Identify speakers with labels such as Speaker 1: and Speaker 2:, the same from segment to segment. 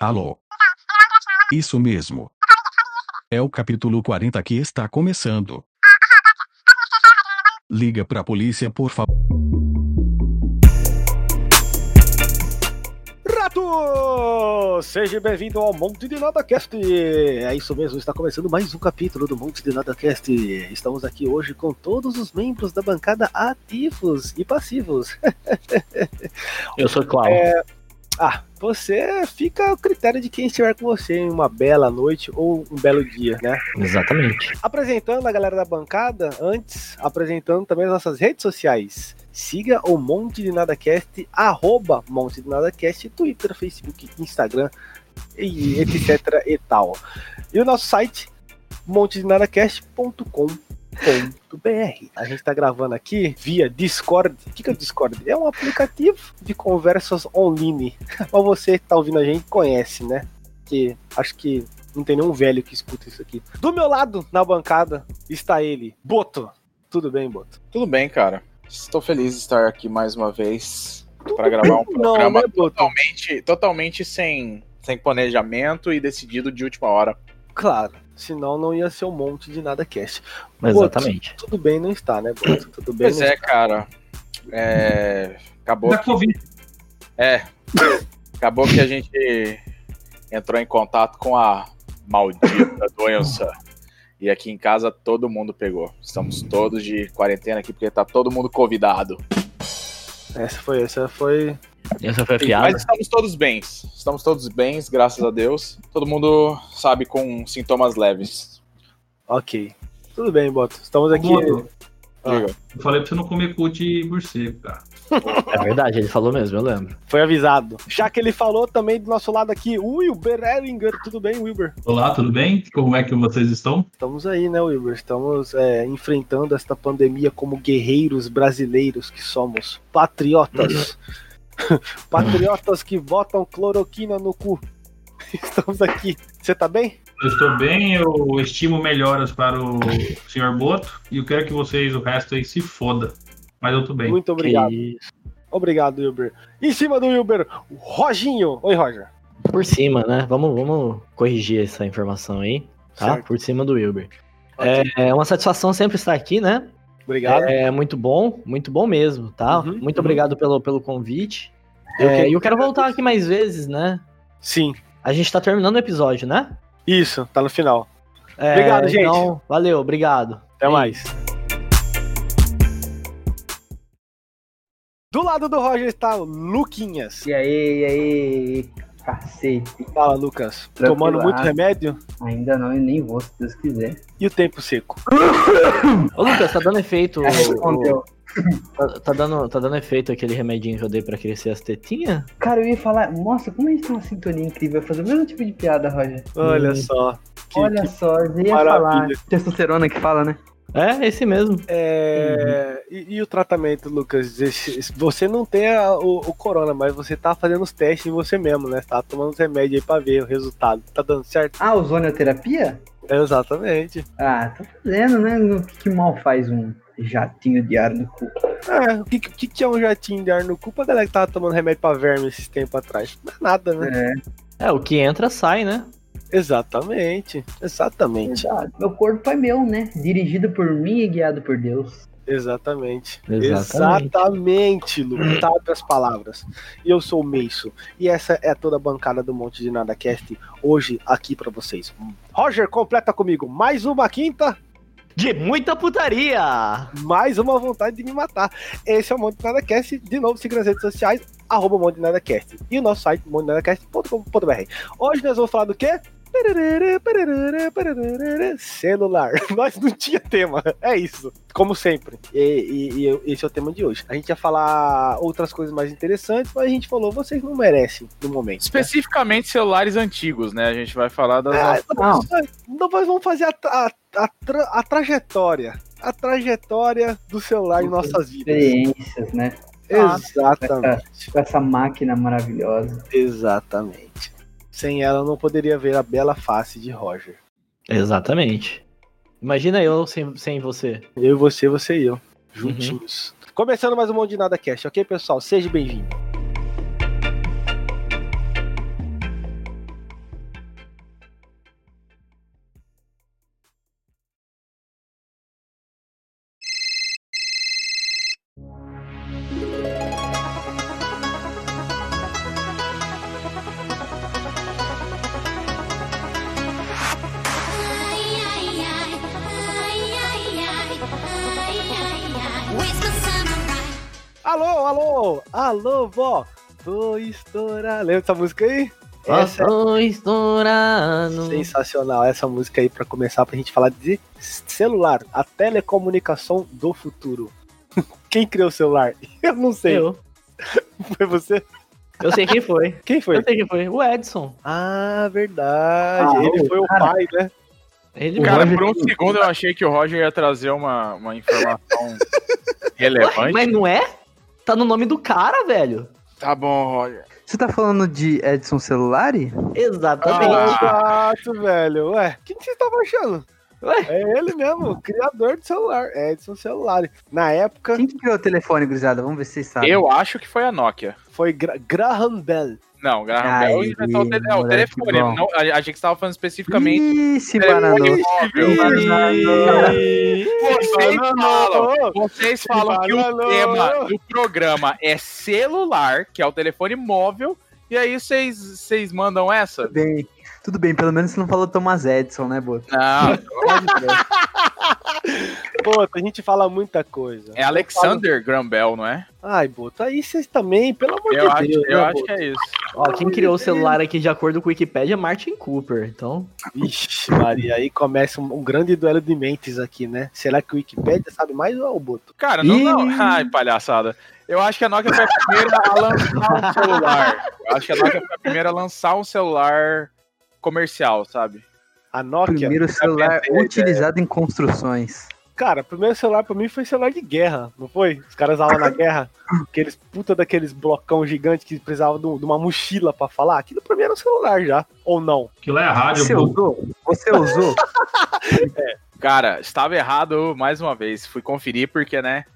Speaker 1: Alô? Isso mesmo. É o capítulo 40 que está começando. Liga pra polícia, por favor.
Speaker 2: Rato! Seja bem-vindo ao Monte de Nada Cast. É isso mesmo, está começando mais um capítulo do Monte de Nada Cast. Estamos aqui hoje com todos os membros da bancada ativos e passivos.
Speaker 3: Eu sou Cláudio.
Speaker 2: É, Ah, você fica ao critério de quem estiver com você em uma bela noite ou um belo dia, né?
Speaker 3: Exatamente.
Speaker 2: Apresentando a galera da bancada, antes, apresentando também as nossas redes sociais. Siga o Monte de NadaCast, arroba Monte de NadaCast, Twitter, Facebook, Instagram, e etc e tal. E o nosso site, montedenadacast.com.br. A gente tá gravando aqui via Discord. O que que é o Discord? É um aplicativo de conversas online. Mas você que tá ouvindo a gente conhece, né? Que acho que não tem nenhum velho que escuta isso aqui. Do meu lado, na bancada, está ele, Boto. Tudo bem, Boto?
Speaker 4: Tudo bem, cara. Estou feliz de estar aqui mais uma vez para gravar um
Speaker 2: Não,
Speaker 4: programa
Speaker 2: né, Boto?
Speaker 4: totalmente, totalmente sem, sem planejamento e decidido de última hora.
Speaker 2: Claro. Senão não ia ser um monte de nada cast.
Speaker 3: Exatamente.
Speaker 2: Tudo bem não está, né, Boto? Tudo bem
Speaker 4: pois
Speaker 2: não
Speaker 4: é, cara. É, acabou.
Speaker 5: Da
Speaker 4: que-
Speaker 5: Covid.
Speaker 4: é. Acabou que a gente entrou em contato com a maldita doença. E aqui em casa todo mundo pegou. Estamos todos de quarentena aqui porque tá todo mundo convidado.
Speaker 2: Essa foi, essa foi.
Speaker 3: Essa foi a
Speaker 4: Sim,
Speaker 3: piada.
Speaker 4: Mas estamos todos bens. Estamos todos bens, graças a Deus. Todo mundo sabe com sintomas leves.
Speaker 2: Ok. Tudo bem, Boto. Estamos aqui.
Speaker 5: Mano,
Speaker 2: Ah.
Speaker 4: Diga.
Speaker 5: eu falei pra você não comer cu de morcego, cara.
Speaker 3: É verdade, ele falou mesmo, eu lembro.
Speaker 2: Foi avisado. Já que ele falou também do nosso lado aqui, Wilber Ellinger. Tudo bem, Wilber?
Speaker 5: Olá, tudo bem? Como é que vocês estão?
Speaker 2: Estamos aí, né, Wilber? Estamos é, enfrentando esta pandemia como guerreiros brasileiros que somos. Patriotas. Patriotas que botam cloroquina no cu. Estamos aqui. Você tá bem?
Speaker 5: Eu estou bem, eu estimo melhoras para o senhor Boto e eu quero que vocês, o resto aí, se foda. Mas eu tô bem.
Speaker 2: Muito obrigado.
Speaker 3: Que isso.
Speaker 2: Obrigado, Wilber. Em cima do Wilber, o Roginho. Oi, Roger.
Speaker 3: Por cima, né? Vamos, vamos corrigir essa informação aí, tá?
Speaker 2: Certo.
Speaker 3: Por cima do Wilber. É, é uma satisfação sempre estar aqui, né?
Speaker 2: Obrigado.
Speaker 3: É muito bom, muito bom mesmo, tá?
Speaker 2: Uhum,
Speaker 3: muito
Speaker 2: uhum.
Speaker 3: obrigado pelo, pelo convite. Eu, que- eu quero voltar aqui mais vezes, né?
Speaker 2: Sim.
Speaker 3: A gente tá terminando o episódio, né?
Speaker 2: Isso, tá no final.
Speaker 3: É,
Speaker 2: Obrigado, gente.
Speaker 3: Então, valeu, obrigado.
Speaker 2: Até mais. Do lado do Roger está o Luquinhas.
Speaker 6: E aí, e aí, cacete.
Speaker 2: Fala, Lucas.
Speaker 6: Tranquilo,
Speaker 2: Tomando muito
Speaker 6: ah.
Speaker 2: remédio
Speaker 6: Ainda não, eu nem vou, se Deus quiser.
Speaker 2: e o tempo seco.
Speaker 3: Ô, Lucas, tá dando efeito.
Speaker 2: É,
Speaker 6: Aí
Speaker 3: o-
Speaker 6: respondeu.
Speaker 3: Tá, tá dando, tá dando efeito aquele remedinho que eu dei pra crescer as tetinhas?
Speaker 6: Cara, eu ia falar, nossa, como a gente tem uma sintonia incrível, fazer o mesmo tipo de piada, Roger.
Speaker 2: Olha
Speaker 3: Hum.
Speaker 2: só. Que-
Speaker 6: Olha só, eu ia
Speaker 2: maravilha.
Speaker 6: falar. Testosterona que fala, né?
Speaker 3: É, esse mesmo.
Speaker 2: É, e, e o tratamento, Lucas? Esse- Você não tem a- o, o corona, mas você tá fazendo os testes em você mesmo, né? Tá tomando os remédios aí pra ver o resultado. Tá dando certo? É,
Speaker 6: Ah, ozonioterapia?
Speaker 2: Exatamente.
Speaker 6: Ah, tô fazendo, né? O que, que mal faz um jatinho de ar no cu?
Speaker 2: É, o que, que, que é um jatinho de ar no cu pra galera que tava tomando remédio pra verme esses tempos atrás? Não é nada, né?
Speaker 6: É,
Speaker 3: É, o que entra sai, né?
Speaker 2: Exatamente, exatamente,
Speaker 6: verdade. Meu corpo é meu, né? Dirigido por mim e guiado por Deus.
Speaker 2: exatamente.
Speaker 3: Exatamente.
Speaker 2: Exatamente, Lu. Tá outras palavras. E eu sou o Meiso. E essa é toda a bancada do Monte de Nada Cast hoje aqui pra vocês. Roger, completa comigo. Mais uma quinta,
Speaker 3: De muita putaria!
Speaker 2: mais uma vontade de me matar. Esse é o Monte de Nada Cast. De novo, siga nas redes sociais, arroba Monte de Nada Cast. E o nosso site, montedenadacast.com.br. Hoje nós vamos falar do quê? Pererê, pererê, pererê, Celular. Nós não tinha tema. É isso. Como sempre. E, e- e eu- esse é o tema de hoje. A gente ia falar outras coisas mais interessantes, mas a gente falou, vocês não merecem no momento. né?
Speaker 4: Especificamente celulares antigos, né? A gente vai falar
Speaker 6: É,
Speaker 4: das.
Speaker 2: Ah,
Speaker 6: Não.
Speaker 2: Então nós vamos fazer a, tra- a tra- a trajetória. A trajetória do celular em nossas vidas.
Speaker 6: Experiências, né?
Speaker 2: Exatamente.
Speaker 6: Com essa máquina maravilhosa.
Speaker 2: Exatamente. Sem ela eu não poderia ver a bela face de Roger.
Speaker 3: Exatamente. Imagina eu sem, sem você.
Speaker 2: Eu e você, você e eu. Juntinhos. Começando mais um Monte de Nada Cast, ok, pessoal? Seja bem-vindo. Alô, alô, alô, vó. Vou estourar. Lembra dessa música aí? Essa
Speaker 3: Passou estourando.
Speaker 2: Sensacional essa música aí pra começar pra gente falar de celular, a telecomunicação do futuro. Quem criou o celular? Eu não sei.
Speaker 3: Eu.
Speaker 2: Foi você?
Speaker 3: Eu sei quem foi.
Speaker 2: Quem foi?
Speaker 3: Eu sei quem foi. O Edson.
Speaker 2: Ah, verdade.
Speaker 6: Ah,
Speaker 2: ele
Speaker 6: o
Speaker 2: foi o
Speaker 6: cara.
Speaker 2: pai, né?
Speaker 3: Ele
Speaker 6: O
Speaker 4: Cara,
Speaker 6: Roger
Speaker 4: por um
Speaker 6: tem-
Speaker 4: segundo eu achei que o Roger ia trazer uma, uma informação relevante.
Speaker 3: Mas não é? Tá no nome do cara, velho.
Speaker 4: Tá bom, Roger.
Speaker 6: Você tá falando de Edson Celulari?
Speaker 3: Exatamente.
Speaker 4: Ah.
Speaker 2: Exato, velho. Ué, o que que vocês estavam achando?
Speaker 3: Ué,
Speaker 2: É ele mesmo, o criador do celular, Edson Celulari. Na época,
Speaker 6: Quem que criou o telefone, gurizada? Vamos ver se vocês sabem.
Speaker 4: Eu acho que foi a Nokia.
Speaker 2: foi Gra- Graham Bell.
Speaker 4: Não, Graham
Speaker 6: Ai,
Speaker 4: Bell inventou o, tele- é, o
Speaker 6: moleque
Speaker 4: telefone.
Speaker 6: bom.
Speaker 4: Não, a, a gente estava falando especificamente
Speaker 6: Ih, se
Speaker 4: telefone
Speaker 6: bananou.
Speaker 4: móvel. Vocês falam,
Speaker 2: Alô?
Speaker 4: vocês falam que o
Speaker 2: Bananou.
Speaker 4: tema do programa é celular, que é o telefone móvel, e aí vocês vocês mandam essa?
Speaker 6: Tudo bem. Tudo bem, pelo menos você não falou Thomas Edison, né, Boto?
Speaker 4: Não,
Speaker 2: Boto, a gente fala muita coisa.
Speaker 4: é Alexander Graham Bell, não é?
Speaker 2: Ai, Boto, aí vocês também, pelo amor
Speaker 4: Eu
Speaker 2: de
Speaker 4: acho,
Speaker 2: Deus.
Speaker 4: eu
Speaker 2: né,
Speaker 4: acho
Speaker 2: Boto?
Speaker 4: que é isso.
Speaker 3: ó, quem criou o celular aqui de acordo com o Wikipedia é Martin Cooper. Então,
Speaker 2: Ixi, Maria, aí começa um, um grande duelo de mentes aqui, né? Será que o Wikipedia sabe mais ou é o Boto?
Speaker 4: Cara, não,
Speaker 6: Ih.
Speaker 4: não. Ai, palhaçada. Eu acho que a Nokia foi a primeira a lançar um celular. Eu acho que a Nokia foi a primeira a lançar um celular comercial, sabe?
Speaker 2: A Nokia.
Speaker 6: Primeiro celular
Speaker 4: pensei,
Speaker 6: utilizado em construções.
Speaker 2: Cara, o primeiro celular pra mim foi celular de guerra, não foi? Os caras usavam na guerra aqueles puta daqueles blocão gigante que precisava de, um- de uma mochila pra falar. Aquilo pra mim era um celular já. Ou não?
Speaker 5: Aquilo é a rádio,
Speaker 6: Você
Speaker 5: pô.
Speaker 6: usou? Você usou?
Speaker 4: Cara, estava errado mais uma vez. Fui conferir porque, né?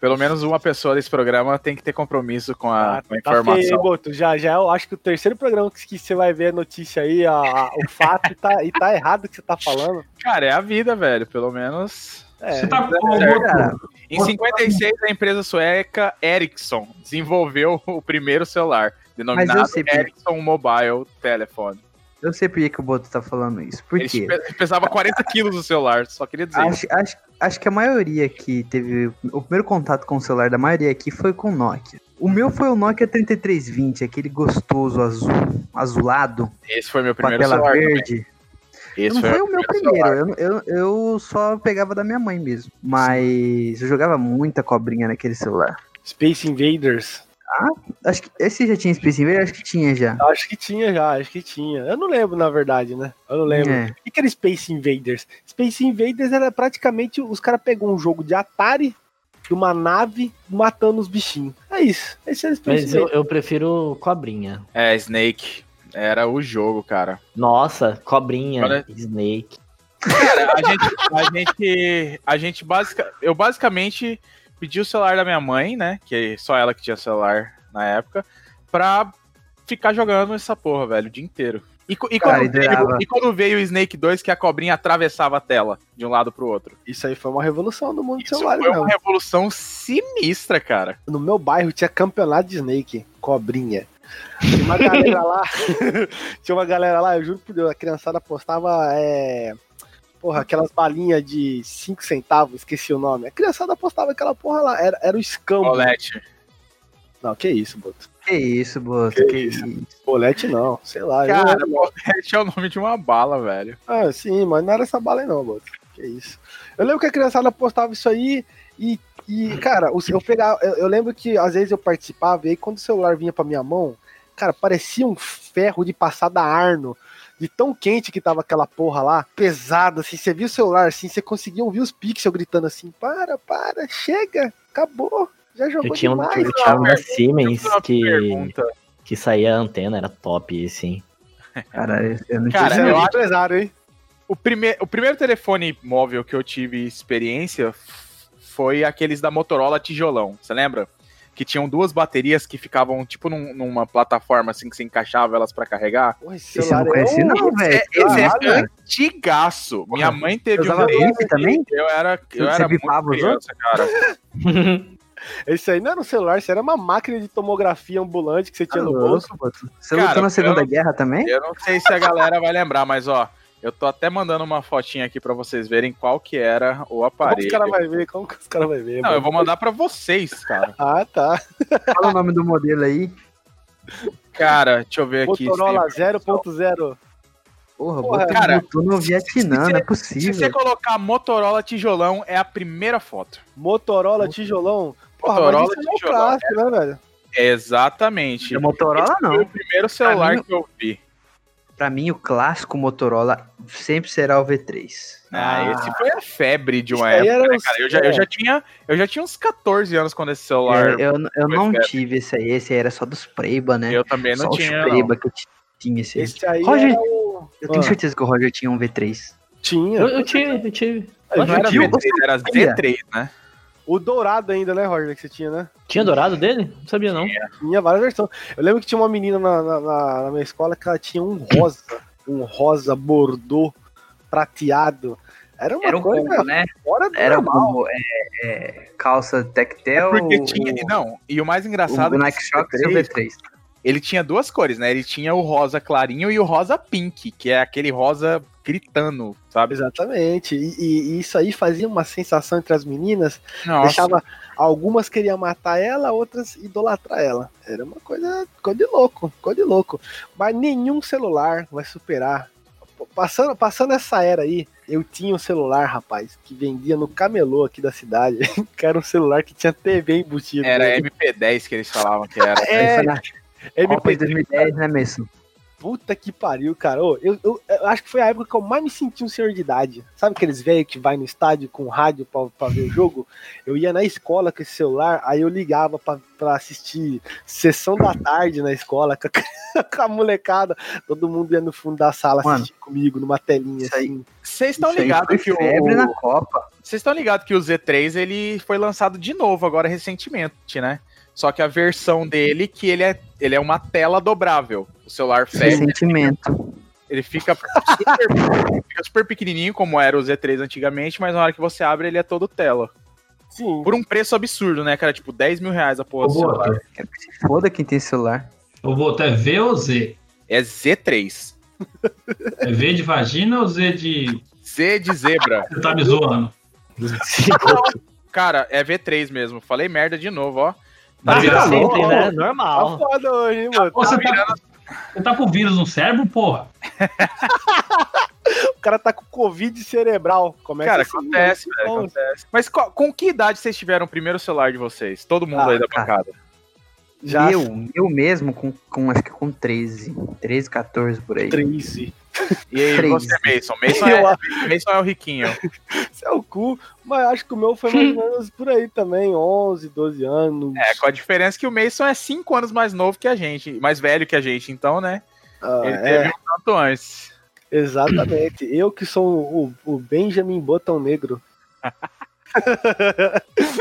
Speaker 4: Pelo menos uma pessoa desse programa tem que ter compromisso com a, com a
Speaker 2: Tá feio, hein,
Speaker 4: informação.
Speaker 2: Boto? Já, já, eu acho que o terceiro programa que, que você vai ver a notícia aí, a- a- o fato, e tá, e tá errado o que você tá falando.
Speaker 4: Cara, é a vida, velho. Pelo menos.
Speaker 2: É,
Speaker 5: Você tá com
Speaker 6: Cara,
Speaker 4: Em 56, a empresa sueca Ericsson desenvolveu o primeiro celular, denominado
Speaker 6: sei porque-
Speaker 4: Ericsson Mobile Telephone.
Speaker 6: eu sei por que que o Boto tá falando isso. Por
Speaker 4: Ele
Speaker 6: quê?
Speaker 4: pe- pesava 40 quilos o celular, só queria dizer.
Speaker 6: Acho, acho, acho que a maioria que teve. O primeiro contato com o celular da maioria aqui foi com o Nokia. O meu foi o Nokia 3320, aquele gostoso azul, azulado,
Speaker 4: Esse foi meu
Speaker 6: com a
Speaker 4: primeiro
Speaker 6: tela
Speaker 4: celular. também.
Speaker 6: verde.
Speaker 4: Esse é
Speaker 6: não foi,
Speaker 4: foi
Speaker 6: o meu primeiro, eu, eu, eu só pegava da minha mãe mesmo. Mas eu jogava muita cobrinha naquele celular.
Speaker 2: Space Invaders.
Speaker 6: Acho que esse já tinha Space Invader? Acho que tinha já.
Speaker 2: Acho que tinha já, acho que tinha. Eu não lembro, na verdade, né? Eu não lembro.
Speaker 6: É.
Speaker 2: O que que era Space Invaders? Space Invaders era praticamente os caras pegou um jogo de Atari de uma nave matando os bichinhos. É isso. Esse era Space
Speaker 3: mas eu,
Speaker 2: Invaders.
Speaker 3: eu prefiro cobrinha.
Speaker 4: É, Snake. Era o jogo, cara.
Speaker 3: Nossa, cobrinha,
Speaker 4: Olha-
Speaker 3: Snake.
Speaker 4: Cara, a gente. A gente, a gente basica, eu basicamente pedi o celular da minha mãe, né? Que só ela que tinha celular na época, pra ficar jogando essa porra, velho, o dia inteiro. E, co- e
Speaker 6: Cara,
Speaker 4: quando
Speaker 6: ideava.
Speaker 2: né?
Speaker 4: veio, e quando veio o Snake 2, que a cobrinha atravessava a tela de um lado pro outro.
Speaker 2: Isso aí foi uma revolução no mundo do
Speaker 4: Isso
Speaker 2: celular,
Speaker 4: foi
Speaker 2: não.
Speaker 4: uma revolução sinistra, cara.
Speaker 2: No meu bairro tinha campeonato de Snake, cobrinha. Tinha uma galera lá. tinha uma galera lá, eu juro por Deus, a criançada postava. é, porra, aquelas balinhas de 5 centavos, esqueci o nome. A criançada postava aquela porra lá. Era, era o escambo.
Speaker 4: Colete.
Speaker 2: Não, que isso, Boto.
Speaker 6: Que isso, Boto.
Speaker 2: Que
Speaker 6: Que,
Speaker 2: isso.
Speaker 6: isso.
Speaker 2: Bolete não, sei lá. eu-
Speaker 4: Cara, colete é o nome de uma bala, velho.
Speaker 2: Ah, sim, mas não era essa bala aí não, Boto. Que isso. Eu lembro que a criançada postava isso aí e, e cara, os- eu pegava. Eu, eu lembro que às vezes eu participava e aí quando o celular vinha pra minha mão, cara, parecia um ferro de passar da Arno. De tão quente que tava aquela porra lá, pesada, assim, você via o celular assim, você conseguia ouvir os pixels gritando assim, para, para, chega, acabou, já jogou
Speaker 3: Eu tinha, um,
Speaker 2: demais.
Speaker 3: eu tinha uma Siemens
Speaker 4: Uma
Speaker 3: que,
Speaker 4: pergunta.
Speaker 3: que saía a antena, era top, sim.
Speaker 6: Caralho, eu não
Speaker 4: Cara,
Speaker 2: Cara,
Speaker 4: eu
Speaker 2: é um
Speaker 4: acho-
Speaker 2: empresário, hein?
Speaker 4: O, prime... o primeiro telefone móvel que eu tive experiência f- foi aqueles da Motorola Tijolão, você lembra? Que tinham duas baterias que ficavam tipo num- numa plataforma assim que você encaixava elas pra carregar.
Speaker 2: Porra, esse
Speaker 6: Esse eu
Speaker 2: celular
Speaker 6: não
Speaker 2: é
Speaker 6: conheci,
Speaker 2: um-
Speaker 6: não, velho.
Speaker 4: É, esse é
Speaker 2: Caralho.
Speaker 4: antigaço. Minha mãe teve um
Speaker 6: usava bip também?
Speaker 4: Eu era, eu
Speaker 6: Você
Speaker 4: era muito
Speaker 6: bipava os
Speaker 4: criança, cara.
Speaker 2: Esse aí não era um celular, isso era uma máquina de tomografia ambulante que você tinha
Speaker 6: Tá
Speaker 2: no bolso.
Speaker 6: louco, Boto. Você
Speaker 4: é Cara,
Speaker 6: lutou na Segunda Guerra também?
Speaker 4: Eu não sei se a galera vai lembrar, mas ó, Eu tô até mandando uma fotinha aqui pra vocês verem qual que era o
Speaker 2: Como que
Speaker 4: aparelho.
Speaker 2: os caras vão ver? Como que os caras vão ver?
Speaker 4: Não,
Speaker 2: mano?
Speaker 4: eu vou mandar pra vocês, cara.
Speaker 2: Ah, tá.
Speaker 6: Fala o nome do modelo aí.
Speaker 4: Cara, deixa eu ver aqui. se tem-
Speaker 2: Motorola 0.0. Porra,
Speaker 6: Porra, botou,
Speaker 4: cara,
Speaker 6: botou no Vietnã,
Speaker 4: se-
Speaker 6: não é
Speaker 4: Se
Speaker 6: possível.
Speaker 4: você colocar Motorola tijolão, é a primeira foto.
Speaker 2: Motorola tijolão. Porra,
Speaker 4: Motorola
Speaker 2: mas isso é um
Speaker 4: tijolão,
Speaker 2: clássico, né, velho?
Speaker 4: Exatamente.
Speaker 6: É Motorola
Speaker 4: Esse Foi
Speaker 6: não.
Speaker 4: o primeiro celular
Speaker 6: Pra mim-
Speaker 4: que eu vi.
Speaker 6: Pra mim, o clássico Motorola sempre será o V3.
Speaker 4: Ah, esse foi a febre de uma
Speaker 2: Isso aí
Speaker 4: época,
Speaker 2: era é,
Speaker 4: né,
Speaker 2: os-
Speaker 4: cara? Eu já, eu já tinha, eu já tinha uns 14 anos quando esse celular.
Speaker 6: é. Eu, né? eu, eu
Speaker 4: foi
Speaker 6: não
Speaker 4: febre.
Speaker 6: tive esse aí, esse aí era só dos Preiba, né?
Speaker 4: é. Eu também não
Speaker 6: só
Speaker 4: tinha.
Speaker 6: os
Speaker 4: não. é
Speaker 6: Preiba que eu ti- tinha esse aí.
Speaker 2: Esse aí
Speaker 6: Roger,
Speaker 2: era o...
Speaker 6: eu tenho
Speaker 2: Ah.
Speaker 6: certeza que o Roger tinha um V3.
Speaker 2: tinha.
Speaker 3: Eu, eu tive, eu tive.
Speaker 2: Mas
Speaker 4: Não era
Speaker 6: Tio,
Speaker 4: V3,
Speaker 6: você
Speaker 4: era
Speaker 6: sabia?
Speaker 4: Z3, né?
Speaker 2: O dourado ainda, né, Roger, que você tinha, né?
Speaker 3: Tinha dourado dele? Não sabia, não.
Speaker 2: Tinha várias versões. Eu lembro que tinha uma menina na, na- na- na minha escola que ela tinha um rosa, um rosa bordô prateado. Era uma
Speaker 4: um
Speaker 2: coisa
Speaker 6: né?
Speaker 2: fora do
Speaker 6: Era um
Speaker 2: normal.
Speaker 6: combo, é, é, calça Tectel,
Speaker 4: É Porque
Speaker 6: é o,
Speaker 4: tinha. Não, e o mais engraçado.
Speaker 6: o
Speaker 4: é que
Speaker 6: Nike Shox e o
Speaker 4: Z3,
Speaker 6: V3.
Speaker 4: ele tinha duas cores, né? Ele tinha o rosa clarinho e o rosa pink, que é aquele rosa gritando, sabe?
Speaker 2: Exatamente. E, e- e isso aí fazia uma sensação entre as meninas.
Speaker 4: Nossa,
Speaker 2: Deixava algumas queriam matar ela, outras idolatrar ela. Era uma coisa, coisa de louco, coisa de louco. Mas nenhum celular vai superar. P- Passando, passando essa era aí, eu tinha um celular, rapaz, que vendia no camelô aqui da cidade, que era um celular que tinha TV embutido.
Speaker 4: era
Speaker 2: né?
Speaker 4: MP10 que eles falavam que era.
Speaker 6: Aí
Speaker 2: É,
Speaker 6: foi na Copa de 2010, né, Messi?
Speaker 2: Puta que pariu, cara. Ô, eu, eu- eu acho que foi a época que eu mais me senti um senhor de idade. Sabe aqueles velhos que vai no estádio com rádio pra, pra ver o jogo? Eu ia na escola com esse celular, aí eu ligava pra, pra assistir sessão da tarde na escola com a, com a molecada. Todo mundo ia no fundo da sala
Speaker 6: Mano,
Speaker 2: assistir comigo, numa telinha
Speaker 6: isso aí-
Speaker 2: assim.
Speaker 4: Vocês estão
Speaker 6: Isso aí
Speaker 4: ligados
Speaker 6: foi
Speaker 4: que o.
Speaker 6: febre né? na Copa.
Speaker 4: Vocês estão ligados que o Z3 ele foi lançado de novo agora recentemente, né? Só que a versão dele que ele é, ele é uma tela dobrável. O celular fecha,
Speaker 6: Sentimento.
Speaker 4: ele fica super, fica super pequenininho como era o Z3 antigamente, mas na hora que você abre ele é todo tela.
Speaker 2: Sim.
Speaker 4: Por um preço absurdo, né, cara? Tipo 10 mil reais a porra
Speaker 5: Ô,
Speaker 4: do celular.
Speaker 5: Boto,
Speaker 6: Quero que se foda quem tem celular.
Speaker 5: ô, Boto, é V ou Z?
Speaker 4: É Z3.
Speaker 5: É V de vagina ou Z de.
Speaker 4: Z de zebra.
Speaker 5: Você tá me zoando?
Speaker 4: Cara, é V3 mesmo. Falei merda de novo, ó.
Speaker 5: Tá
Speaker 3: Mas
Speaker 5: virando-
Speaker 3: sempre,
Speaker 2: ó,
Speaker 3: né?
Speaker 2: ó. Tá
Speaker 3: Normal.
Speaker 2: foda hoje, hein, mano?
Speaker 5: Ô, Você tá, você tá com vírus no cérebro, porra?
Speaker 2: O cara tá com Covid cerebral. Começa
Speaker 4: Cara,
Speaker 2: assim,
Speaker 4: acontece, velho.
Speaker 2: bom.
Speaker 4: Acontece. Mas qual- com que idade vocês tiveram o primeiro celular de vocês? Todo mundo
Speaker 2: Ah,
Speaker 4: aí da
Speaker 6: cara.
Speaker 4: bancada.
Speaker 2: Já
Speaker 6: Eu, eu mesmo, com, com acho que com 13, 13, 14 por aí.
Speaker 2: 13.
Speaker 4: E aí,
Speaker 6: Três.
Speaker 4: você, Mason? Mason é, Mason é o riquinho.
Speaker 2: Seu cu, mas acho que o meu foi mais ou menos por aí também, 11, 12 anos.
Speaker 4: É, com a diferença que o Mason é 5 anos mais novo que a gente, mais velho que a gente, então, né?
Speaker 2: Ah,
Speaker 4: Ele
Speaker 2: é,
Speaker 4: teve um tanto antes.
Speaker 2: exatamente. Eu que sou o, o Benjamin Button Negro.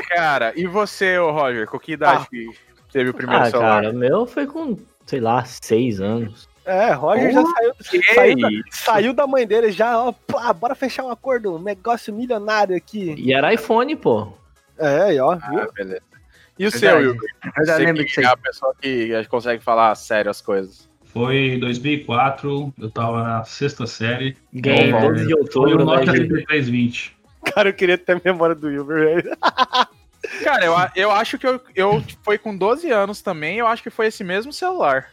Speaker 4: Cara, e você, ô Roger, com que idade
Speaker 2: Ah.
Speaker 4: que teve o primeiro
Speaker 3: Ah,
Speaker 4: celular?
Speaker 3: cara, o meu foi com, sei lá, seis anos.
Speaker 2: É, Roger já saiu,
Speaker 4: Que
Speaker 2: saiu, da,
Speaker 4: isso?
Speaker 2: saiu da mãe dele já, ó, pá, bora fechar um acordo, um negócio milionário aqui.
Speaker 3: E era iPhone, pô.
Speaker 2: É, e ó, viu?
Speaker 4: Ah, beleza. E o seu,
Speaker 6: Verdade.
Speaker 4: Igor?
Speaker 6: Eu já
Speaker 4: Você
Speaker 6: lembro
Speaker 4: que
Speaker 6: disso aí.
Speaker 4: é a pessoa que consegue falar sério as coisas.
Speaker 5: Foi em 2004, eu tava na sexta série.
Speaker 3: Ganhei
Speaker 4: Bom,
Speaker 3: 12 de
Speaker 5: Foi um o
Speaker 3: outubro.
Speaker 5: Nokia
Speaker 3: né,
Speaker 5: 3320.
Speaker 2: Cara, eu queria ter a memória do Wilber. velho.
Speaker 4: Cara, eu, a- eu acho que eu, eu tipo, foi com 12 anos também, eu acho que foi esse mesmo celular.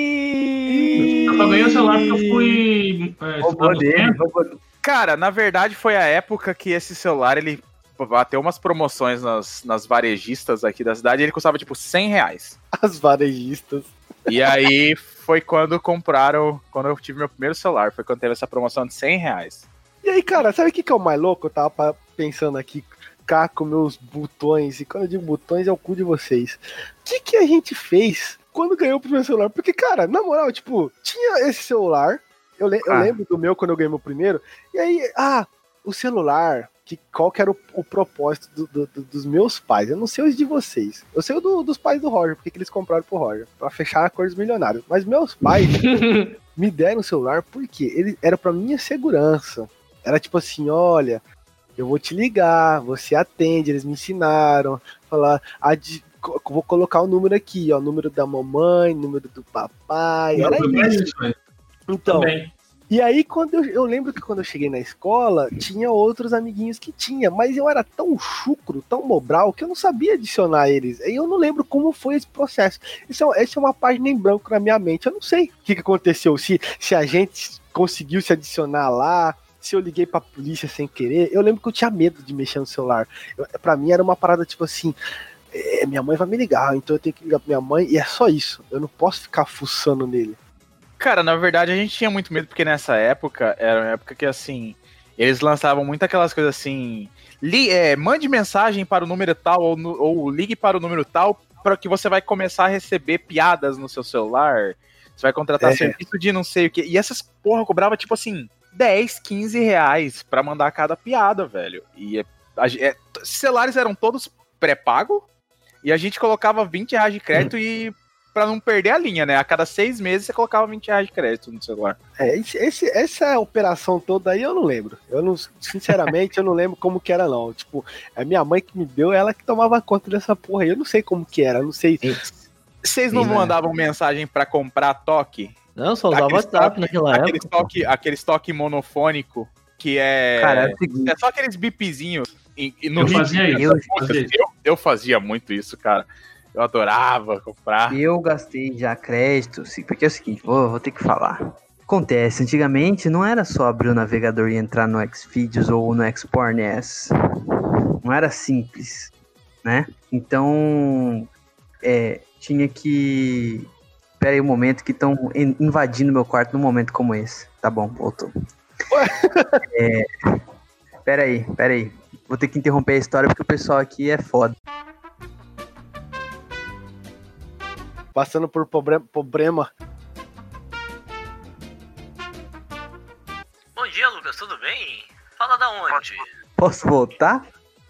Speaker 3: E...
Speaker 5: Eu só ganhei o celular porque eu fui. É,
Speaker 6: Roubou
Speaker 5: estudando
Speaker 6: dele,
Speaker 5: tempo.
Speaker 6: roubou dele.
Speaker 4: Cara, na verdade foi a época que esse celular ele bateu umas promoções nas, nas varejistas aqui da cidade e ele custava tipo 100 reais.
Speaker 2: As varejistas.
Speaker 4: E aí foi quando compraram, quando eu tive meu primeiro celular, foi quando teve essa promoção de 100 reais.
Speaker 2: E aí, cara, sabe o que, que é o mais louco? Eu tava pa- pensando aqui, cá com meus botões, e quando eu digo botões é o cu de vocês. O que, que a gente fez quando ganhou o primeiro celular? Porque, cara, na moral, tipo, tinha esse celular, eu, le- eu
Speaker 6: Ah.
Speaker 2: lembro do meu quando eu ganhei meu primeiro, e aí, ah, o celular, que, qual que era o, o propósito do- do- do- dos meus pais? Eu não sei os de vocês. Eu sei o do- dos pais do Roger, porque que eles compraram pro Roger, pra fechar a cor dos milionários. Mas meus pais me deram o celular porque ele era pra minha segurança. Era tipo assim, olha, eu vou te ligar, você atende, eles me ensinaram, falar, adi- co- vou colocar o número aqui, ó, número da mamãe, número do papai, era
Speaker 5: Foi pra
Speaker 2: isso.
Speaker 5: isso, velho.
Speaker 2: Então,
Speaker 5: Também.
Speaker 2: E aí, quando eu, eu lembro que quando eu cheguei na escola, tinha outros amiguinhos que tinha, mas eu era tão chucro, tão mobral, que eu não sabia adicionar eles. E eu não lembro como foi esse processo. Isso é, um- essa é uma página em branco na minha mente. Eu não sei o que, que aconteceu, se, se a gente conseguiu se adicionar lá. Se eu liguei pra polícia sem querer, eu lembro que eu tinha medo de mexer no celular. Eu, é, pra mim era uma parada tipo assim: é, minha mãe vai me ligar, então eu tenho que ligar pra minha mãe, e é só isso. Eu não posso ficar fuçando nele.
Speaker 4: Cara, na verdade a gente tinha muito medo porque nessa época era uma época que assim eles lançavam muito aquelas coisas assim, li, é, mande mensagem para o número tal ou, nu- ou ligue para o número tal para que você vai começar a receber piadas no seu celular. Você vai contratar
Speaker 2: É.
Speaker 4: serviço de não sei o que. E essas porra cobrava tipo assim 10, 15 reais para mandar cada piada, velho. E é, a ge- é, t- celulares eram todos pré-pago e a gente colocava 20 reais de crédito e Pra não perder a linha, né? A cada seis meses você colocava 20 reais de crédito no celular.
Speaker 2: É, esse- esse- essa operação toda aí eu não lembro. Eu não, sinceramente, eu não lembro como que era, não. Tipo, a minha mãe que me deu, ela que tomava conta dessa porra aí. Eu não sei como que era, eu não sei.
Speaker 4: Vocês não
Speaker 3: Sim, né?
Speaker 4: mandavam mensagem pra comprar toque?
Speaker 3: Não, só usava
Speaker 4: Aquele
Speaker 3: WhatsApp
Speaker 6: Ah,
Speaker 3: naquela
Speaker 6: é,
Speaker 4: Aquele
Speaker 3: época.
Speaker 4: toque, aquele toque monofônico que é.
Speaker 6: Cara, é o seguinte,
Speaker 4: É só aqueles bipzinhos. E- e no
Speaker 5: Eu
Speaker 4: ritmo
Speaker 5: fazia
Speaker 4: dessas
Speaker 5: isso,
Speaker 4: músicas.
Speaker 5: fazia isso.
Speaker 4: Eu, eu fazia muito isso, cara. Eu adorava comprar.
Speaker 6: eu gastei já crédito, sim, porque é o seguinte, vou, vou ter que falar. Acontece, antigamente não era só abrir o navegador e entrar no Xvideos ou no Xporn S. Não era simples, né? Então, é, tinha que... Pera aí um momento que estão invadindo meu quarto num momento como esse. Tá bom, voltou. É, pera aí, pera aí. Vou ter que interromper a história porque o pessoal aqui é foda.
Speaker 2: Passando por problema. problema.
Speaker 7: Bom dia, Lucas, tudo bem? Fala da onde?
Speaker 6: Posso voltar?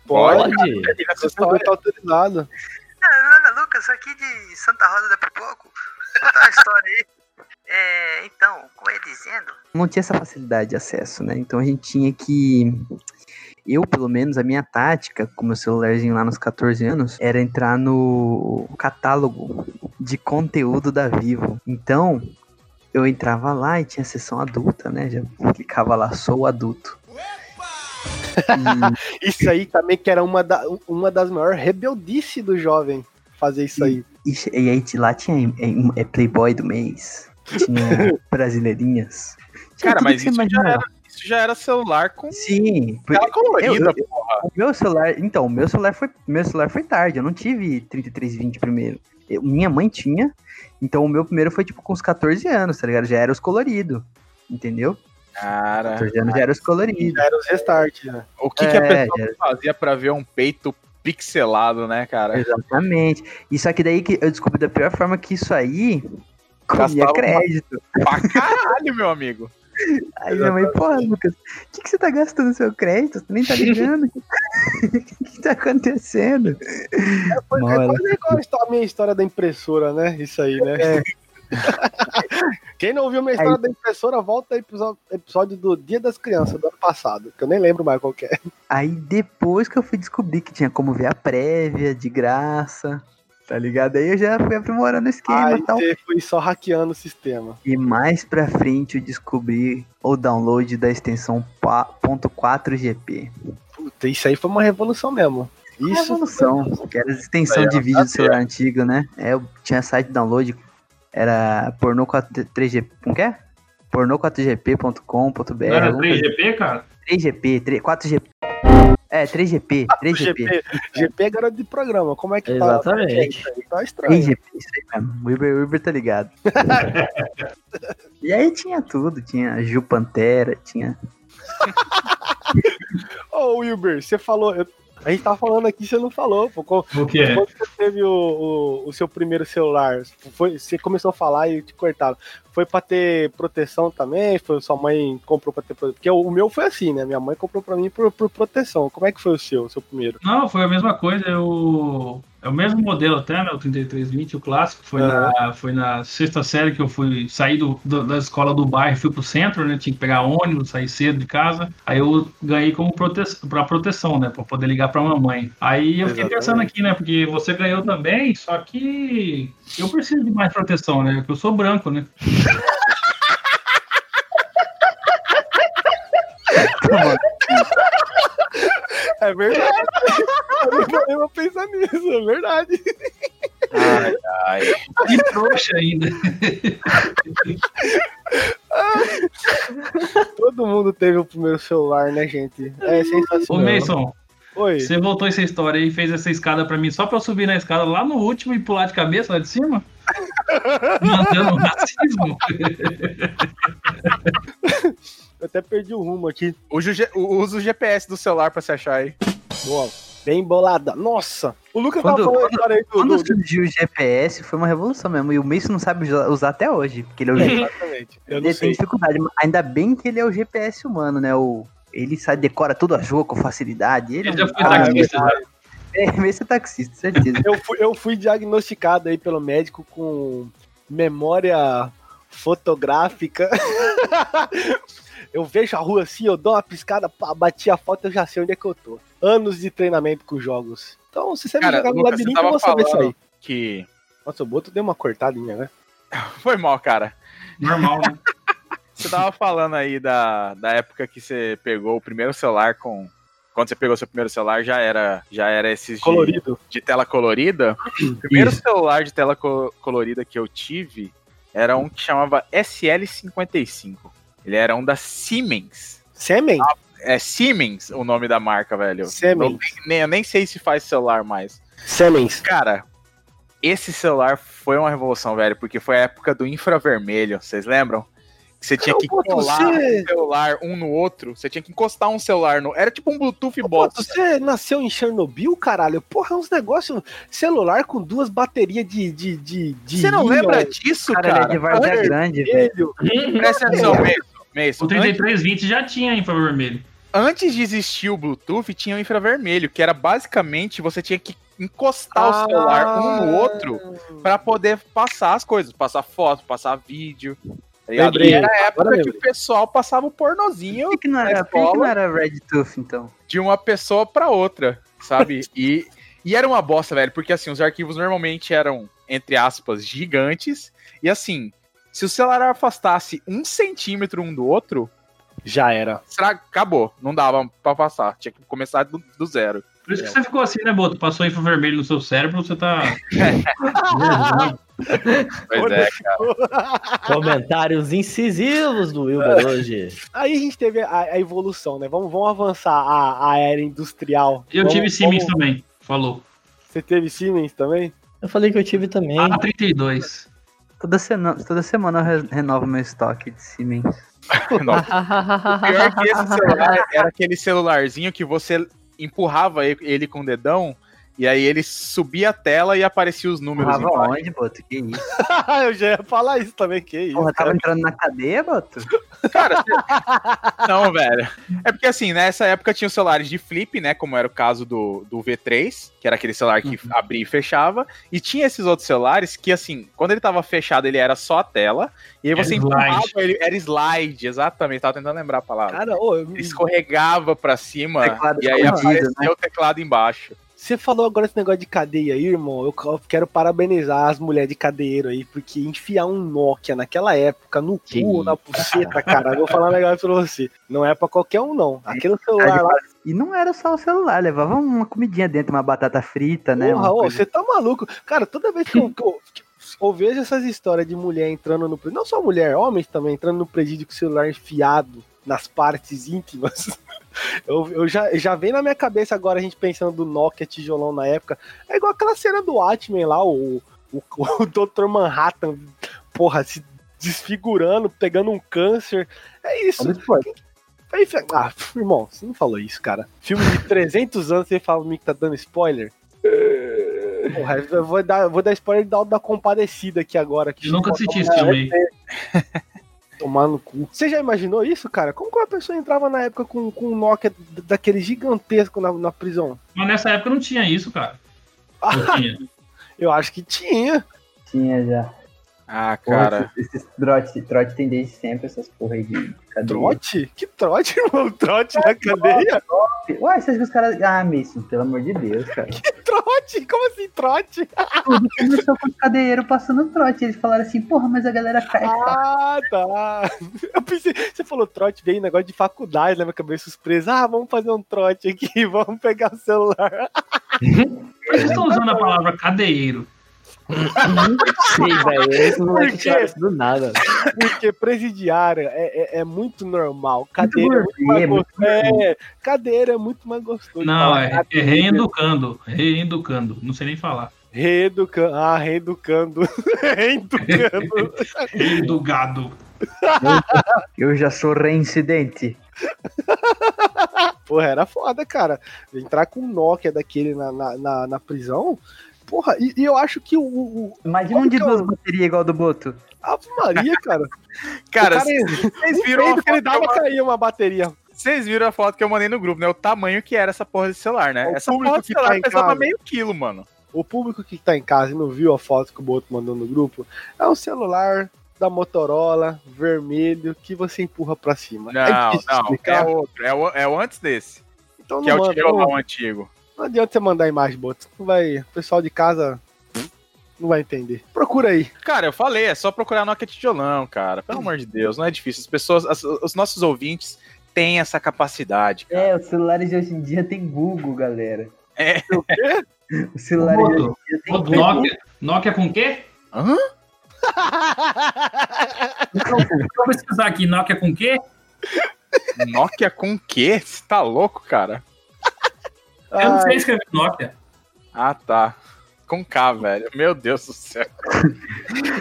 Speaker 4: Pode.
Speaker 3: Pode.
Speaker 4: Essa
Speaker 2: Você não
Speaker 4: história-
Speaker 2: tá autorizado.
Speaker 6: é Nada, Lucas, aqui de Santa Rosa da Pipoco. Contar uma história aí. É, então, como eu ia dizendo. Não tinha essa facilidade de acesso, né? Então a gente tinha que. Eu, pelo menos, a minha tática com meu celularzinho lá nos 14 anos era entrar no catálogo de conteúdo da Vivo. Então, eu entrava lá e tinha a sessão adulta, né? Já clicava lá, sou adulto. E-
Speaker 2: Isso aí também que era uma, da- uma das maiores rebeldices do jovem fazer isso aí.
Speaker 6: E, che- e aí de lá tinha é, é Playboy do mês, tinha Brasileirinhas. Tinha
Speaker 4: Cara,
Speaker 6: tudo
Speaker 4: mas
Speaker 6: que
Speaker 4: isso já,
Speaker 6: você imaginar.
Speaker 4: era, isso já era celular com
Speaker 6: Sim, por-
Speaker 4: tela colorida.
Speaker 6: eu-
Speaker 4: pô.
Speaker 6: o meu celular. Então, o meu celular foi meu celular foi tarde, eu não tive 3320 primeiro. Eu- minha mãe tinha, então o meu primeiro foi tipo com os 14 anos, tá ligado? Já era os coloridos, entendeu?
Speaker 4: Cara,
Speaker 6: 14 anos já era os coloridos.
Speaker 2: Já era os restart, né?
Speaker 4: o que, que a
Speaker 6: É,
Speaker 4: pessoa
Speaker 6: já-
Speaker 4: fazia pra ver um peito pixelado, né, cara?
Speaker 6: Exatamente. E só que daí que eu descobri da pior forma que isso aí comia
Speaker 4: Gastava uma-
Speaker 6: crédito.
Speaker 4: Pra caralho, meu amigo.
Speaker 6: Aí minha mãe, porra, Lucas, o que, que você tá gastando seu crédito? Você nem tá ligando? O que, que tá acontecendo?
Speaker 2: Pois
Speaker 6: Não,
Speaker 2: é,
Speaker 6: ela-
Speaker 2: quase igual a histó- a minha história da impressora, né? Isso aí, né?
Speaker 6: É.
Speaker 2: Quem não ouviu minha história da impressora, volta aí pro episó- episódio do Dia das Crianças do ano passado, que eu nem lembro mais qual que é.
Speaker 6: Aí depois que eu fui descobrir que tinha como ver a prévia de graça, tá ligado? Aí eu já fui aprimorando o esquema
Speaker 2: Aí
Speaker 6: e tal.
Speaker 2: você foi só hackeando o sistema.
Speaker 6: E mais pra frente eu descobri o download da extensão pa- ponto .4GP.
Speaker 2: Puta, isso aí foi uma revolução mesmo.
Speaker 6: Isso
Speaker 2: Isso
Speaker 6: revolução, que era a extensão
Speaker 4: Aí,
Speaker 6: de
Speaker 4: ó,
Speaker 6: vídeo
Speaker 4: tá
Speaker 6: do celular antigo, né? É, eu tinha site download, era pornô 4 3GP, como que é? pornô4gp.com.br.
Speaker 5: Não era
Speaker 6: alguma coisa
Speaker 5: 3GP, cara?
Speaker 6: 3GP, 3, 4GP. É, 3GP, 3GP.
Speaker 2: GP, GP é garoto de programa, como é que tá?
Speaker 3: Exatamente.
Speaker 2: Isso aí Tá estranho.
Speaker 6: 3GP, isso aí mesmo. O Uber, o Uber tá ligado. e aí tinha tudo, tinha Ju Pantera, tinha.
Speaker 2: Ô, Wilber, você falou. eu- a gente tá falando aqui, você não falou, pô. Qual-
Speaker 5: O que é?
Speaker 2: Quando você teve o, o- o seu primeiro celular, foi, você começou a falar e te cortaram. Foi pra ter proteção também? Foi, sua mãe comprou pra ter proteção? Porque o, o meu foi assim, né? Minha mãe comprou pra mim por, por proteção. Como é que foi o seu, o seu primeiro?
Speaker 5: Não, foi a mesma coisa. Eu... É o mesmo modelo até, né? O 3320, o clássico. Foi, na, foi na sexta série que eu fui sair do- do- da escola do bairro, fui pro centro, né? Tinha que pegar ônibus, sair cedo de casa. Aí eu ganhei como proteção, pra proteção, né? Pra poder ligar pra mamãe. Aí eu fiquei
Speaker 2: Exatamente.
Speaker 5: pensando aqui, né? Porque você ganhou também, só que eu preciso de mais proteção, né? Porque eu sou branco, né?
Speaker 6: mano.
Speaker 2: É verdade. Eu não parei pra pensar nisso, é verdade.
Speaker 4: Ai, ai.
Speaker 5: E trouxa ainda.
Speaker 2: Todo mundo teve o primeiro celular, né, gente? É
Speaker 5: Ô,
Speaker 2: sensacional.
Speaker 5: Mason,
Speaker 2: Oi.
Speaker 5: você voltou essa história aí, fez essa escada pra mim só pra eu subir na escada lá no último e pular de cabeça lá de cima? Mandando racismo.
Speaker 2: Eu até perdi o rumo aqui.
Speaker 4: Usa o G- Usa o GPS do celular pra se achar aí.
Speaker 2: Boa. Bem bolada. Nossa. O Lucas
Speaker 6: Quando-
Speaker 2: tava falando a história aí do...
Speaker 6: Quando
Speaker 2: do-
Speaker 6: surgiu o GPS, foi uma revolução mesmo. E o Mason não sabe usar- usar até hoje, porque ele é o GPS.
Speaker 2: Exatamente. Eu não
Speaker 6: Ele tem
Speaker 2: sei.
Speaker 6: dificuldade. mas Ainda bem que ele é o GPS humano, né? O, ele sabe, decora tudo a jogo com facilidade. Ele,
Speaker 5: Ele
Speaker 6: é,
Speaker 5: já
Speaker 6: um-
Speaker 5: foi
Speaker 2: Ah, é
Speaker 5: taxista. já.
Speaker 6: é, mesmo é taxista, certeza.
Speaker 2: Eu fui, eu fui diagnosticado aí pelo médico com memória fotográfica. eu vejo a rua assim, eu dou uma piscada, pá, bati a foto, eu já sei onde é que eu tô. Anos de treinamento com jogos. Então, se você me
Speaker 4: Cara,
Speaker 2: jogar no
Speaker 4: Lucas,
Speaker 2: labirinto,
Speaker 4: você
Speaker 2: eu
Speaker 4: tava
Speaker 2: vou saber isso aí.
Speaker 4: falando. Que
Speaker 2: Nossa, o Boto deu uma cortadinha, né?
Speaker 4: foi mal, cara.
Speaker 5: Normal, né?
Speaker 4: Você tava falando aí da, da época que você pegou o primeiro celular com. Quando você pegou seu primeiro celular, já era, já era esses de-
Speaker 2: Colorido.
Speaker 4: de tela colorida. O primeiro celular de tela co- colorida que eu tive era um que chamava SL55. Ele era um da Siemens.
Speaker 2: Semen?
Speaker 4: É Siemens o nome da marca, velho.
Speaker 2: Siemens.
Speaker 4: Eu nem, eu nem sei se faz celular mais.
Speaker 2: Semens.
Speaker 4: Cara, esse celular foi uma revolução, velho, porque foi a época do infravermelho, vocês lembram? Que você tinha que
Speaker 2: Boto,
Speaker 4: colar
Speaker 2: você-
Speaker 4: um celular um no outro, você tinha que encostar um celular no. Era tipo um Bluetooth box.
Speaker 2: Boto, você nasceu em Chernobyl, caralho? Porra, é uns negócios celular com duas baterias de. de, de, de
Speaker 4: Você não
Speaker 2: íon,
Speaker 4: lembra disso,
Speaker 6: Cara,
Speaker 4: cara?
Speaker 6: ele é de Vargas Grande, velho.
Speaker 2: vermelho.
Speaker 4: Presta atenção, Mason. Mason,
Speaker 5: O 3320 já tinha infravermelho.
Speaker 4: antes de existir o Bluetooth, tinha o infravermelho, que era basicamente você tinha que encostar o celular um no outro pra poder passar as coisas, passar foto, passar vídeo. Tá ligado?
Speaker 2: Lembrei,
Speaker 4: E era a
Speaker 2: agora
Speaker 4: época que
Speaker 2: lembrei.
Speaker 4: o pessoal passava o pornozinho
Speaker 6: Por que, que não era, por que, que não era Red Tooth, então?
Speaker 4: de uma pessoa pra outra, sabe? E, e era uma bosta, velho, porque assim, os arquivos normalmente eram, entre aspas, gigantes, e assim, se o celular afastasse um centímetro um do outro,
Speaker 2: Já era.
Speaker 4: será acabou, não dava pra passar, tinha que começar do, do zero.
Speaker 2: É.
Speaker 5: Por isso que você ficou assim, né, Boto? Passou infravermelho no seu cérebro, você tá. Verdade.
Speaker 4: Pois é, cara.
Speaker 3: Comentários incisivos do Wilber hoje.
Speaker 2: Aí a gente teve a, a evolução, né? Vamos, vamos avançar a, a era industrial.
Speaker 5: Eu
Speaker 2: Vamos-
Speaker 5: tive Siemens
Speaker 2: vamos-
Speaker 5: também. Falou.
Speaker 2: Você teve Siemens também?
Speaker 3: Eu falei que eu tive também.
Speaker 5: Ah, A32.
Speaker 6: Toda, sena- toda semana eu re- renovo meu estoque de Siemens.
Speaker 4: Nossa, o pior que esse celular era aquele celularzinho que você empurrava e- ele com o dedão e aí ele subia a tela e aparecia os números.
Speaker 6: Tava
Speaker 4: embaixo.
Speaker 6: onde, Boto? Que isso?
Speaker 2: Ah, eu já ia falar isso também, que isso.
Speaker 6: Porra, tava entrando na cadeia, Boto?
Speaker 4: Cara, você- não, velho. É porque assim, nessa época tinha os celulares de flip, né? Como era o caso do, do V3, que era aquele celular que abria e fechava. E tinha esses outros celulares que, assim, quando ele tava fechado, ele era só a tela. E aí
Speaker 5: Era
Speaker 4: você
Speaker 5: slide.
Speaker 4: empurrava ele. Era slide, exatamente. Tava tentando lembrar a palavra.
Speaker 2: Cara, ô, eu-
Speaker 4: Ele escorregava pra cima
Speaker 6: Teclado
Speaker 4: e aí
Speaker 6: escondido,
Speaker 4: apareceu
Speaker 6: né?
Speaker 4: o teclado embaixo.
Speaker 2: você falou agora esse negócio de cadeia aí, irmão. Eu co- quero parabenizar as mulheres de cadeiro aí, porque enfiar um Nokia naquela época no
Speaker 3: Que
Speaker 2: cu, na buceta, cara, eu vou falar um negócio pra você. Não é pra qualquer um, não. Aquele celular lá,
Speaker 6: E não era só o celular, levava uma comidinha dentro, uma batata frita, né?
Speaker 2: Porra,
Speaker 6: Uma
Speaker 2: ô,
Speaker 6: coisa-
Speaker 2: você tá maluco. Cara, toda vez que eu, que eu- que eu vejo essas histórias de mulher entrando no presídio, não só mulher, homens também entrando no presídio com o celular enfiado nas partes íntimas. Eu, eu já, já vem na minha cabeça agora a gente pensando do Nokia tijolão na época. É igual aquela cena do Watchmen lá, o, o, o Dr. Manhattan, porra, se desfigurando, pegando um câncer. É isso.
Speaker 6: Olha o spoiler.
Speaker 2: Aí, fe- ah, irmão, você não falou isso, cara. Filme de 300 anos, você fala pra mim que tá dando spoiler? Porra, eu vou dar, vou dar spoiler da Auto da Compadecida aqui agora. Que
Speaker 5: Eu nunca
Speaker 2: Pô,
Speaker 5: assisti
Speaker 2: tomar-
Speaker 5: esse filme aí.
Speaker 2: Tomar no cu. Você já imaginou isso, cara? Como que uma pessoa entrava na época com, com um Nokia d- daquele gigantesco na, na prisão?
Speaker 5: Mas nessa época não tinha isso, cara. Não tinha.
Speaker 2: Eu acho que tinha.
Speaker 6: Tinha já.
Speaker 8: Ah, cara.
Speaker 6: Pô, esses, esses trote, trote tem desde sempre essas porra aí de cadeia.
Speaker 2: Trote? Que trote, irmão? Trote na cadeia?
Speaker 6: Ué, você acha que os caras. Ah, Mason, pelo amor de Deus, cara.
Speaker 2: Trote? Como assim, trote?
Speaker 6: Tudo começou com os cadeieiros passando trote. Eles falaram assim, porra, mas a galera cai.
Speaker 2: Ah, tá. Eu pensei, você falou trote, veio um negócio de faculdade na minha cabeça surpresa. Ah, vamos fazer um trote aqui, vamos pegar o celular.
Speaker 5: Mas vocês estão usando a palavra cadeiro.
Speaker 3: Sim, velho. Esse moleque
Speaker 2: quê?
Speaker 3: tiraram do nada.
Speaker 2: Porque presidiário é, é, é muito normal. Cadeira é muito mais
Speaker 6: gourmet,
Speaker 2: gostoso. É, cadeira é muito mais gostoso.
Speaker 5: Não,
Speaker 2: Fala, né?
Speaker 5: é, é
Speaker 2: cadeira.
Speaker 5: reeducando. Reeducando. Não sei nem falar.
Speaker 2: Reeducando. Ah, reeducando. reeducando.
Speaker 5: Reeducado.
Speaker 6: Eu já sou reincidente.
Speaker 2: Porra, era foda, cara. Entrar com um Nokia daquele na, na, na, na prisão. Porra, e, e eu acho que o. o
Speaker 6: Imagina um de duas baterias igual do Boto.
Speaker 2: a Maria, cara.
Speaker 4: Cara,
Speaker 2: o cara é
Speaker 4: vocês
Speaker 2: viram
Speaker 4: viram, a
Speaker 2: que ele
Speaker 4: foto que
Speaker 2: dava
Speaker 4: eu ma-
Speaker 2: cair uma bateria.
Speaker 4: vocês viram a foto que eu mandei no grupo, né? O tamanho que era essa porra de celular, né?
Speaker 2: O
Speaker 4: essa
Speaker 2: público
Speaker 4: porra de
Speaker 2: que
Speaker 4: celular
Speaker 2: tá em
Speaker 4: pesava
Speaker 2: casa.
Speaker 4: meio quilo, mano.
Speaker 2: O público que tá em casa e não viu a foto que o Boto mandou no grupo é um celular da Motorola vermelho que você empurra pra cima.
Speaker 4: Não,
Speaker 2: difícil
Speaker 4: não, é
Speaker 2: explicar.
Speaker 4: outro. É o, é o antes desse,
Speaker 2: então
Speaker 4: que é
Speaker 2: não,
Speaker 4: o
Speaker 2: manda,
Speaker 4: tijolão
Speaker 2: não,
Speaker 4: antigo.
Speaker 2: não adianta você mandar a imagem, Boto. Não vai, o pessoal de casa não vai entender. Procura aí.
Speaker 4: Cara, eu falei, é só procurar Nokia Tijolão, cara. Pelo amor de Deus, não é difícil. As pessoas, as- os nossos ouvintes têm essa capacidade, cara.
Speaker 6: É, os celulares de hoje em dia tem Google, galera.
Speaker 4: É.
Speaker 2: O quê?
Speaker 6: Os celulares de hoje em dia tem
Speaker 5: O Nokia. Nokia com o quê?
Speaker 4: Hã?
Speaker 5: Deixa eu pesquisar aqui. Nokia com o quê?
Speaker 4: Nokia com quê? Você tá louco, cara?
Speaker 5: Eu não
Speaker 2: Ah,
Speaker 5: sei escrever Nokia.
Speaker 4: Ah, tá. Com K, velho. Meu Deus do céu.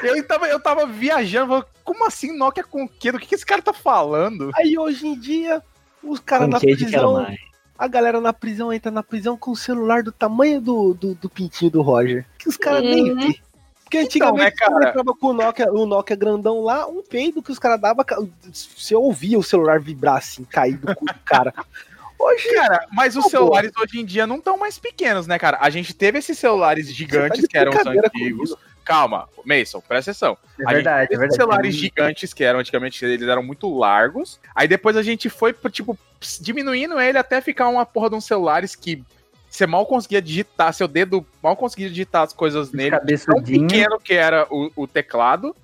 Speaker 4: Eu tava, eu tava viajando, falando, como assim Nokia com quê? Do que, que esse cara tá falando?
Speaker 2: aí hoje em dia, os caras
Speaker 3: Com
Speaker 2: na
Speaker 3: queijo quero
Speaker 2: prisão.
Speaker 3: mais.
Speaker 2: A galera na prisão entra na prisão com o celular do tamanho do, do, do pintinho do Roger. Que os caras nem vê. Porque antigamente
Speaker 4: né, cara?
Speaker 2: o cara entrava com o Nokia, o Nokia grandão lá, um peido que os caras davam. ca- Você ouvia o celular vibrar assim, cair do cu do cara. Hoje,
Speaker 4: Cara, mas os
Speaker 2: Pô,
Speaker 4: celulares hoje em dia não estão mais pequenos, né, cara? A gente teve esses celulares gigantes
Speaker 2: de
Speaker 4: que eram os
Speaker 2: brincadeira
Speaker 4: antigos. Calma, Mason, presta atenção.
Speaker 6: É verdade,
Speaker 4: Esses
Speaker 6: é verdade.
Speaker 4: celulares gigantes que eram antigamente, eles eram muito largos. Aí depois a gente foi, pro, tipo, ps- diminuindo ele até ficar uma porra de uns celulares que você mal conseguia digitar, seu dedo mal conseguia digitar as coisas
Speaker 6: Os
Speaker 4: nele. Tão
Speaker 6: cabeçudinhos.
Speaker 4: pequeno que era o, o teclado.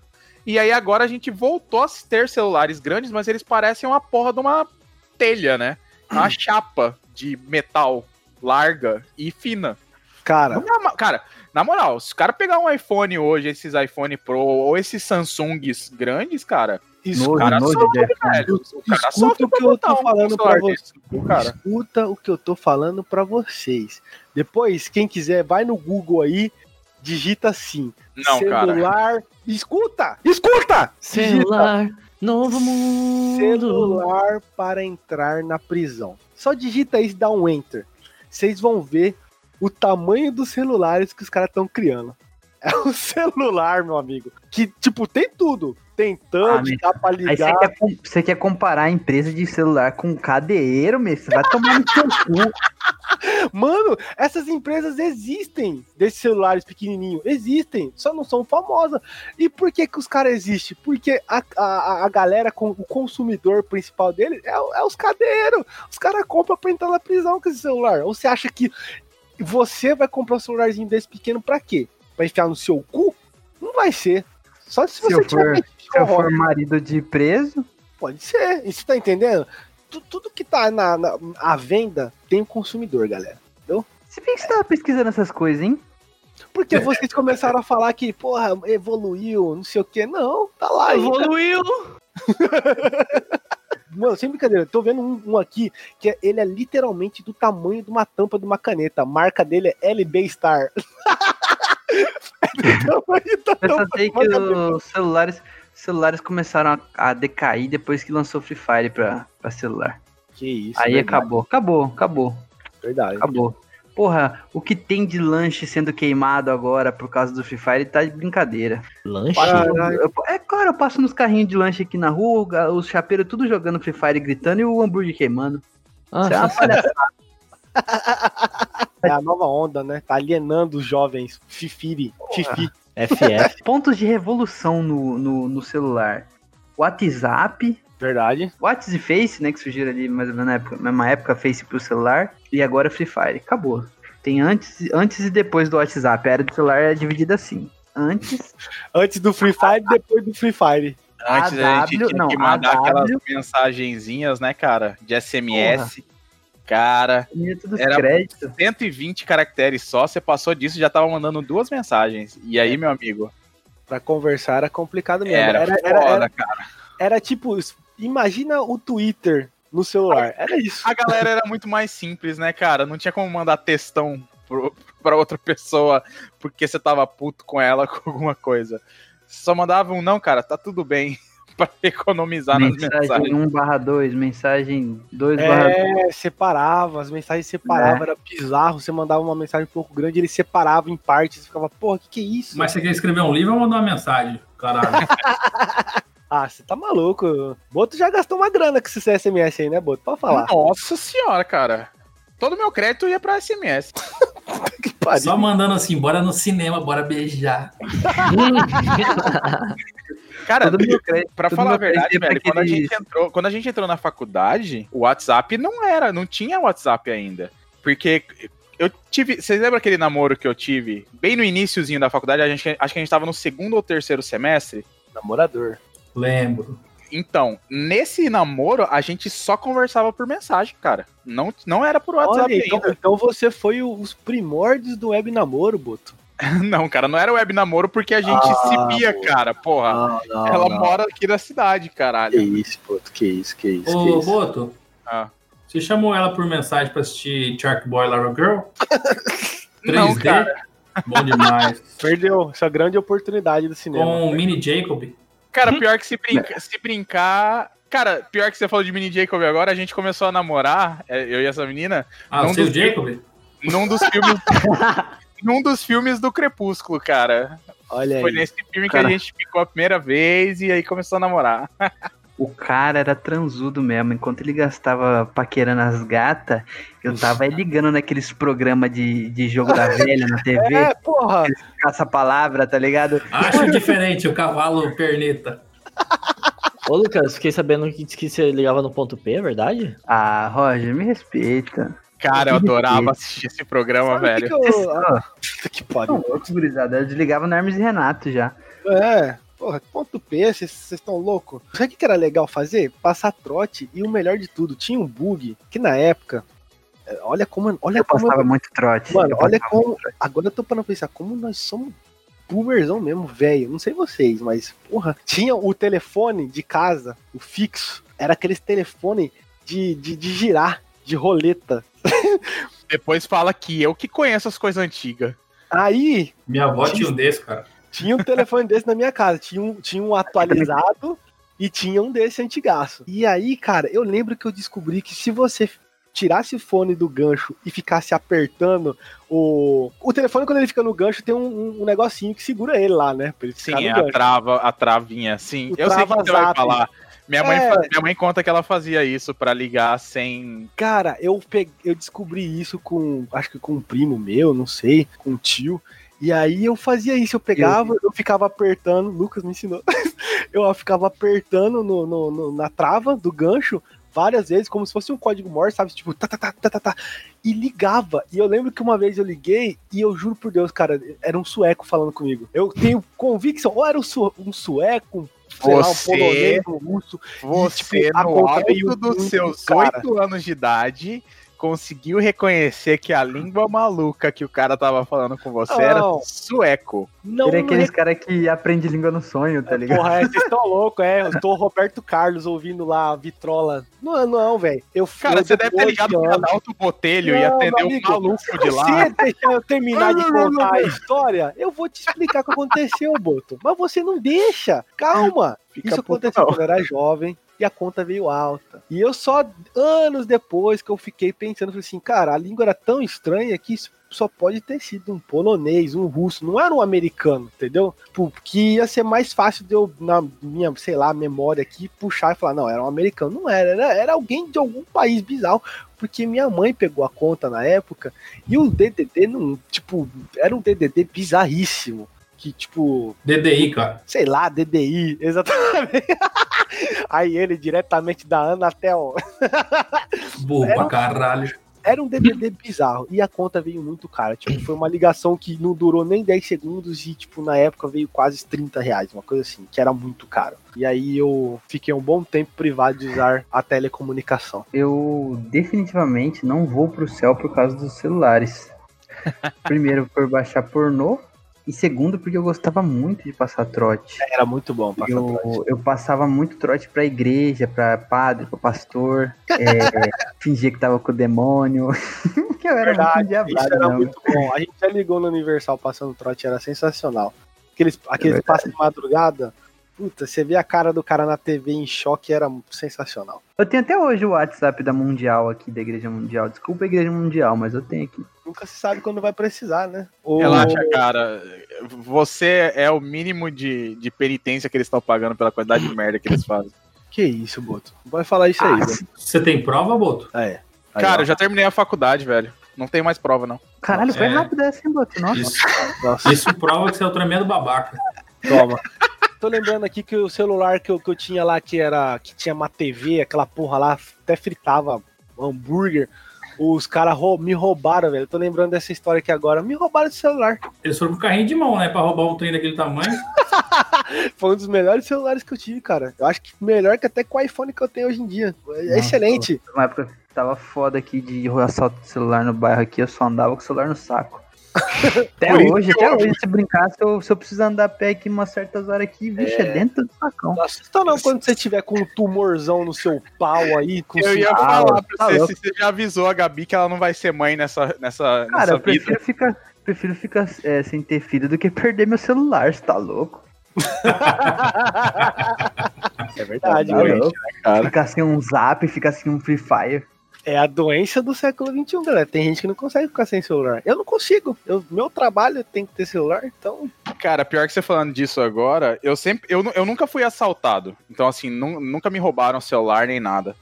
Speaker 4: E aí agora a gente voltou a ter celulares grandes, mas eles parecem uma porra de uma telha, né? Uma chapa de metal larga e fina.
Speaker 2: cara,
Speaker 4: Não dá ma- cara, na moral, se o cara pegar um iPhone hoje, esses iPhone Pro ou esses Samsungs grandes, cara,
Speaker 2: isso,
Speaker 4: o
Speaker 6: Nojo,
Speaker 4: cara
Speaker 6: nojo de
Speaker 4: sofre,
Speaker 6: iPhone.
Speaker 4: velho. O cara
Speaker 2: escuta
Speaker 4: sofre
Speaker 2: o que
Speaker 4: pra
Speaker 2: eu
Speaker 4: botar
Speaker 2: tô
Speaker 4: um
Speaker 2: falando pra
Speaker 4: celular
Speaker 2: você.
Speaker 4: desse, viu, cara.
Speaker 2: Escuta o que eu tô falando pra vocês. Depois, quem quiser, vai no Google aí, digita assim.
Speaker 4: Não, cara.
Speaker 2: celular. Escuta! Escuta! Digita
Speaker 3: Celular, novo mundo.
Speaker 2: Celular para entrar na prisão. Só digita isso e dá um enter. Vocês vão ver o tamanho dos celulares que os caras estão criando. É um celular, meu amigo. Que, tipo, tem tudo. Tem
Speaker 6: Ah,
Speaker 2: touch,
Speaker 6: meu.
Speaker 2: dá pra
Speaker 6: Aí você
Speaker 2: ligar.
Speaker 6: quer, com- você quer comparar a empresa de celular com um cadeeiro, meu? Você vai tomar no seu cu.
Speaker 2: Mano, essas empresas existem desses celulares pequenininhos. Existem, só não são famosas. E por que que os caras existem? Porque a, a, a galera, com, o consumidor principal dele é, o- é os cadeiros. Os caras compram pra entrar na prisão com esse celular. Ou você acha que você vai comprar um celularzinho desse pequeno pra quê? Pra enfiar no seu cu? Não vai ser. Só se
Speaker 6: Se
Speaker 2: você
Speaker 6: eu
Speaker 2: tiver
Speaker 6: for-
Speaker 2: apetite
Speaker 6: Se eu
Speaker 2: horror.
Speaker 6: for marido de preso,
Speaker 2: Pode ser. E você tá entendendo? Tu- tudo que tá na, na, à venda tem um consumidor, galera.
Speaker 6: se bem que você tava pesquisando essas coisas, hein?
Speaker 2: Porque vocês começaram a falar que, porra, evoluiu, não sei o quê. Não, tá lá ainda.
Speaker 5: Evoluiu.
Speaker 2: Mano, sem brincadeira, eu tô vendo um, um aqui que é- ele é literalmente do tamanho de uma tampa de uma caneta. A marca dele é LB Star. é do tamanho da
Speaker 6: Eu só
Speaker 2: tampa
Speaker 6: sei
Speaker 2: de uma
Speaker 6: que
Speaker 2: caneta.
Speaker 6: os celulares, os celulares começaram a, a decair depois que lançou Free Fire pra, pra celular.
Speaker 2: Que isso,
Speaker 6: Aí
Speaker 2: verdade,
Speaker 6: acabou, acabou, acabou,
Speaker 2: Verdade.
Speaker 6: acabou. Porra, o que tem de lanche sendo queimado agora por causa do Free Fire tá de brincadeira.
Speaker 3: Lanche?
Speaker 2: Caralho.
Speaker 6: Eu- é claro, eu passo nos carrinhos de lanche aqui na rua, os chapeiros tudo jogando Free Fire gritando e o hambúrguer queimando.
Speaker 3: Ah,
Speaker 6: Isso é uma palhaçada.
Speaker 2: É a nova onda, né? Tá alienando os jovens. Fifiri. Fifi.
Speaker 3: FF.
Speaker 6: Pontos de revolução no, no, no celular. WhatsApp,
Speaker 2: Verdade.
Speaker 6: WhatsApp e Face, né? Que surgiram ali mais ou menos na época, mesma época, Face pro celular. E agora Free Fire. Acabou. Tem antes, antes e depois do WhatsApp. A era do celular é dividida assim. Antes,
Speaker 2: Antes do Free Fire, depois do Free Fire.
Speaker 4: Antes a gente
Speaker 6: AW,
Speaker 4: tinha
Speaker 6: não,
Speaker 4: que mandar
Speaker 6: AW.
Speaker 4: aquelas mensagenzinhas, né, cara? De SMS. Cara,
Speaker 6: tinha tudo
Speaker 4: Era-
Speaker 6: crédito.
Speaker 4: 120 caracteres só, você passou disso já tava mandando duas mensagens. E aí, meu amigo,
Speaker 2: Pra conversar era complicado mesmo.
Speaker 4: era,
Speaker 2: era, era,
Speaker 4: foda,
Speaker 2: era-
Speaker 4: cara.
Speaker 2: era tipo, isso. imagina o Twitter no celular. Era isso.
Speaker 4: A galera era muito mais simples, né, cara? Não tinha como mandar textão pro, pra outra pessoa porque você tava puto com ela com alguma coisa. Só mandava um não, cara, tá tudo bem. pra economizar nas mensagens.
Speaker 6: Mensagem 1 barra 2, mensagem 2 barra
Speaker 2: É, separava, as mensagens separavam, era bizarro. Você mandava uma mensagem um pouco grande, ele separava em partes, você ficava, porra, que que é isso?
Speaker 9: Mas você quer escrever um livro ou mandar uma mensagem? Caralho.
Speaker 2: Ah, você tá maluco. Boto já gastou uma grana com esse SMS aí, né, Boto? Pode falar.
Speaker 4: Nossa senhora, cara. Todo meu crédito ia pra SMS.
Speaker 2: Que pariu.
Speaker 9: Só mandando assim, bora no cinema, bora beijar.
Speaker 4: Cara,
Speaker 6: Todo meu crédito. é
Speaker 4: Pra
Speaker 6: Todo
Speaker 4: falar a
Speaker 6: mundo
Speaker 4: verdade,
Speaker 2: é
Speaker 6: acredita
Speaker 4: velho, quando a,
Speaker 6: naqueles-
Speaker 4: gente entrou, quando a gente entrou na faculdade, o WhatsApp não era, não tinha WhatsApp ainda. Porque eu tive. Vocês lembram aquele namoro que eu tive bem no iníciozinho da faculdade? A gente, acho que a gente tava no segundo ou terceiro semestre.
Speaker 2: Namorador.
Speaker 9: Lembro.
Speaker 4: Então, nesse namoro, a gente só conversava por mensagem, cara. Não, não era por WhatsApp
Speaker 2: Olha, então,
Speaker 4: ainda.
Speaker 2: então você foi o- os primórdios do web namoro, Boto.
Speaker 4: Não, cara, não era web namoro porque a gente
Speaker 2: Ah,
Speaker 4: se via,
Speaker 2: pô.
Speaker 4: cara. Porra,
Speaker 2: Não, não,
Speaker 4: ela mora aqui na cidade,
Speaker 2: Que
Speaker 4: caralho.
Speaker 2: isso, Boto, que isso, que isso, que
Speaker 9: Ô,
Speaker 2: isso.
Speaker 9: Boto,
Speaker 4: Ah.
Speaker 9: você chamou ela por mensagem pra assistir Shark Boy Lara Girl? 3D?
Speaker 4: Não, cara.
Speaker 9: Bom demais.
Speaker 2: Perdeu essa grande oportunidade do cinema.
Speaker 9: Com o Mini Jacob.
Speaker 4: Cara,
Speaker 2: Hum?
Speaker 4: pior que se, brinca- se brincar. Cara, pior que você falou de Mini Jacob agora, a gente começou a namorar, é, eu e essa menina,
Speaker 9: Ah,
Speaker 4: Não
Speaker 9: você e o
Speaker 4: dos-
Speaker 9: Jacob?
Speaker 4: num dos filmes. num dos filmes do Crepúsculo, cara.
Speaker 2: Olha aí.
Speaker 4: Foi nesse filme
Speaker 6: Cara.
Speaker 4: que a gente ficou a primeira vez e aí começou a namorar.
Speaker 6: O cara era transudo mesmo. Enquanto ele gastava paquerando as gatas, eu tava aí ligando naqueles programas de, de jogo da velha na TV,
Speaker 2: É, porra.
Speaker 6: caça-palavra, tá ligado?
Speaker 9: Ah, Acho diferente o cavalo perneta.
Speaker 3: Ô, Lucas, fiquei sabendo que disse que você ligava no ponto P, é verdade?
Speaker 6: Ah, Roger, me respeita.
Speaker 4: Cara, eu adorava assistir esse programa,
Speaker 2: Sabe o que
Speaker 4: velho.
Speaker 2: que eu-
Speaker 6: Vocês-
Speaker 2: Ah, puta que
Speaker 6: Não,
Speaker 2: pariu.
Speaker 6: louco, gurizada. Eu desligava no Hermes e Renato já.
Speaker 2: É, porra, ponto P, vocês estão loucos. Sabe o que que era legal fazer? Passar trote e o melhor de tudo, tinha um bug que na época. é, Olha como. Olha
Speaker 6: Eu
Speaker 2: como
Speaker 6: postava muito trote.
Speaker 2: Mano,
Speaker 6: Eu né?
Speaker 2: olha
Speaker 6: postava
Speaker 2: como. Agora eu tô parando pra pensar, como nós somos boomerzão mesmo, velho. Não sei vocês, mas, porra, tinha o telefone de casa, o fixo. Era aqueles telefone de, de, de girar, de roleta.
Speaker 4: Depois fala que eu que conheço as coisas antigas.
Speaker 2: Aí,
Speaker 9: Minha avó tinha um desse, cara.
Speaker 2: Tinha um telefone desse na minha casa. Tinha um, tinha um atualizado e tinha um desse antigaço. E aí, cara, eu lembro que eu descobri que se você tirasse o fone do gancho e ficasse apertando o. O telefone, quando ele fica no gancho, tem um, um- um negocinho que segura ele lá, né? Pra ele ficar
Speaker 4: Sim, é
Speaker 2: no
Speaker 4: a
Speaker 2: gancho.
Speaker 4: trava, a travinha, sim.
Speaker 2: O
Speaker 4: eu sei o que você vai
Speaker 2: trava-zap.
Speaker 4: falar. Minha mãe,
Speaker 2: É.
Speaker 4: fa- minha mãe conta que ela fazia isso pra ligar sem.
Speaker 2: Cara, eu, peguei, eu descobri isso com. Acho que com um primo meu, não sei, com um tio. E aí eu fazia isso, eu pegava, eu ficava apertando, Lucas me ensinou. eu ficava apertando no, no- no- na trava do gancho várias vezes, como se fosse um código Morse, sabe? Tipo, tá, tá, tá, tá, tá, tá. E ligava. E eu lembro que uma vez eu liguei e eu juro por Deus, cara, era um sueco falando comigo. Eu tenho convicção, ou era um, su- um sueco, sei lá, um
Speaker 4: Você-
Speaker 2: polonês, um russo.
Speaker 4: Você,
Speaker 2: tipo, a
Speaker 4: no
Speaker 2: contar
Speaker 4: áudio
Speaker 2: o
Speaker 4: dos
Speaker 2: mundo,
Speaker 4: seus
Speaker 2: cara.
Speaker 4: oito anos de idade, conseguiu reconhecer que a língua maluca que o cara tava falando com você era
Speaker 2: Não.
Speaker 4: sueco.
Speaker 2: Não,
Speaker 6: Ele é
Speaker 2: não
Speaker 6: aqueles caras que aprende língua no sonho, tá ligado?
Speaker 2: Porra, é, vocês estão loucos, é. Eu tô Roberto Carlos ouvindo lá a vitrola. Não, não, velho. Eu fui-
Speaker 4: Cara,
Speaker 2: eu
Speaker 4: você deve ter
Speaker 2: depois
Speaker 4: ligado
Speaker 2: de
Speaker 4: pro
Speaker 2: anos.
Speaker 4: Adalto Botelho e
Speaker 2: Não,
Speaker 4: atender
Speaker 2: meu
Speaker 4: um
Speaker 2: amigo,
Speaker 4: maluco de
Speaker 2: Se
Speaker 4: lá.
Speaker 2: você deixar eu terminar de
Speaker 4: Não, não, não,
Speaker 2: contar
Speaker 4: não,
Speaker 2: a história, eu vou te explicar o que aconteceu, Boto. Mas você não deixa. Calma.
Speaker 4: Fica
Speaker 2: Isso
Speaker 4: puto,
Speaker 2: aconteceu
Speaker 4: não.
Speaker 2: quando eu era jovem e a conta veio alta. E eu só, anos depois que eu fiquei pensando, falei assim, cara, a língua era tão estranha que isso só pode ter sido um polonês, um russo, não era um americano, entendeu? Porque ia ser mais fácil de eu, na minha, sei lá, memória aqui, puxar e falar, não, era um americano. Não era, era, era alguém de algum país bizarro. Porque minha mãe pegou a um conta na época e o DDD, não, tipo, era um DDD bizarríssimo. Que que, tipo,
Speaker 9: DDI, cara.
Speaker 2: sei lá, DDI, exatamente. Aí ele diretamente da Anatel.
Speaker 9: Burro pra caralho.
Speaker 2: Era um DVD bizarro e a conta veio muito cara. Tipo, foi uma ligação que não durou nem 10 segundos e, tipo, na época veio quase 30 reais, uma coisa assim, que era muito caro. E aí eu fiquei um bom tempo privado de usar a telecomunicação.
Speaker 6: Eu definitivamente não vou pro céu por causa dos celulares. Primeiro, por baixar pornô. E segundo, porque eu gostava muito de passar trote.
Speaker 2: Era muito bom É, passar
Speaker 6: eu,
Speaker 2: trote.
Speaker 6: eu passava muito trote pra igreja, pra padre, pra pastor. é, fingia que tava com o demônio. que eu era muito
Speaker 2: Verdade, isso
Speaker 6: diabrado,
Speaker 2: era
Speaker 6: não.
Speaker 2: muito bom. A gente já ligou no Universal passando trote, era sensacional. Aqueles, aqueles
Speaker 6: verdade.
Speaker 2: passos de madrugada, puta, você vê a cara do cara na TV em choque, era sensacional.
Speaker 6: Eu tenho até hoje o WhatsApp da Mundial aqui, da Igreja Mundial. Desculpa a Igreja Mundial, mas eu tenho aqui.
Speaker 2: Nunca se sabe quando vai precisar, né? Ou
Speaker 4: Relaxa, cara. Você é o mínimo de, de penitência que eles estão pagando pela quantidade de merda que eles fazem.
Speaker 2: Que isso, Boto? Não vai falar isso aí, né?
Speaker 9: Você tem prova, Boto?
Speaker 2: Ah, É. Aí,
Speaker 4: Ah. Cara,
Speaker 2: ó.
Speaker 4: eu já terminei a faculdade, velho. Não tem mais prova, não.
Speaker 6: Caralho, foi
Speaker 9: É.
Speaker 6: rápido essa, hein, Boto? Nossa.
Speaker 9: Isso,
Speaker 2: Nossa,
Speaker 9: isso prova que você é o tremendo babaca.
Speaker 2: toma. Tô lembrando aqui que o celular que eu, que eu tinha lá, que era. que tinha uma TV, aquela porra lá, até fritava hambúrguer. Os caras rou- me roubaram, velho. Tô lembrando dessa história aqui agora. Me roubaram esse celular.
Speaker 9: Eles foram com carrinho de mão, né? Pra roubar um trem daquele tamanho.
Speaker 2: Foi um dos melhores celulares que eu tive, cara. Eu acho que melhor que até com o iPhone que eu tenho hoje em dia. É excelente.
Speaker 6: Uma época que tava foda aqui de assalto de celular no bairro aqui, eu só andava com o celular no saco. Até
Speaker 4: Por isso é
Speaker 6: hoje, até hoje, se brincar, se eu, se eu precisar andar a pé aqui umas certas horas aqui, vixe, é, dentro do sacão.
Speaker 2: Não assusta não quando você tiver com um tumorzão no seu pau aí, com um
Speaker 4: Eu ia
Speaker 2: sinal.
Speaker 4: falar pra
Speaker 6: tá
Speaker 4: você
Speaker 6: louco.
Speaker 4: se você já avisou a Gabi que ela não vai ser mãe nessa, nessa,
Speaker 6: Cara,
Speaker 4: nessa
Speaker 6: eu
Speaker 4: vida.
Speaker 6: prefiro ficar, prefiro ficar é, sem ter filho do que perder meu celular, você tá louco?
Speaker 2: É verdade,
Speaker 6: Tá
Speaker 2: velho.
Speaker 6: louco?
Speaker 4: né, cara?
Speaker 6: Ficar sem um zap, ficar sem um Free Fire.
Speaker 2: É a doença do século XXI, galera. Tem gente que não consegue ficar sem celular. Eu não consigo. Eu- meu trabalho tem que ter celular, então.
Speaker 4: Cara, pior que você falando disso agora, eu sempre. Eu, nu- eu nunca fui assaltado. Então, assim, nu- nunca me roubaram celular nem nada.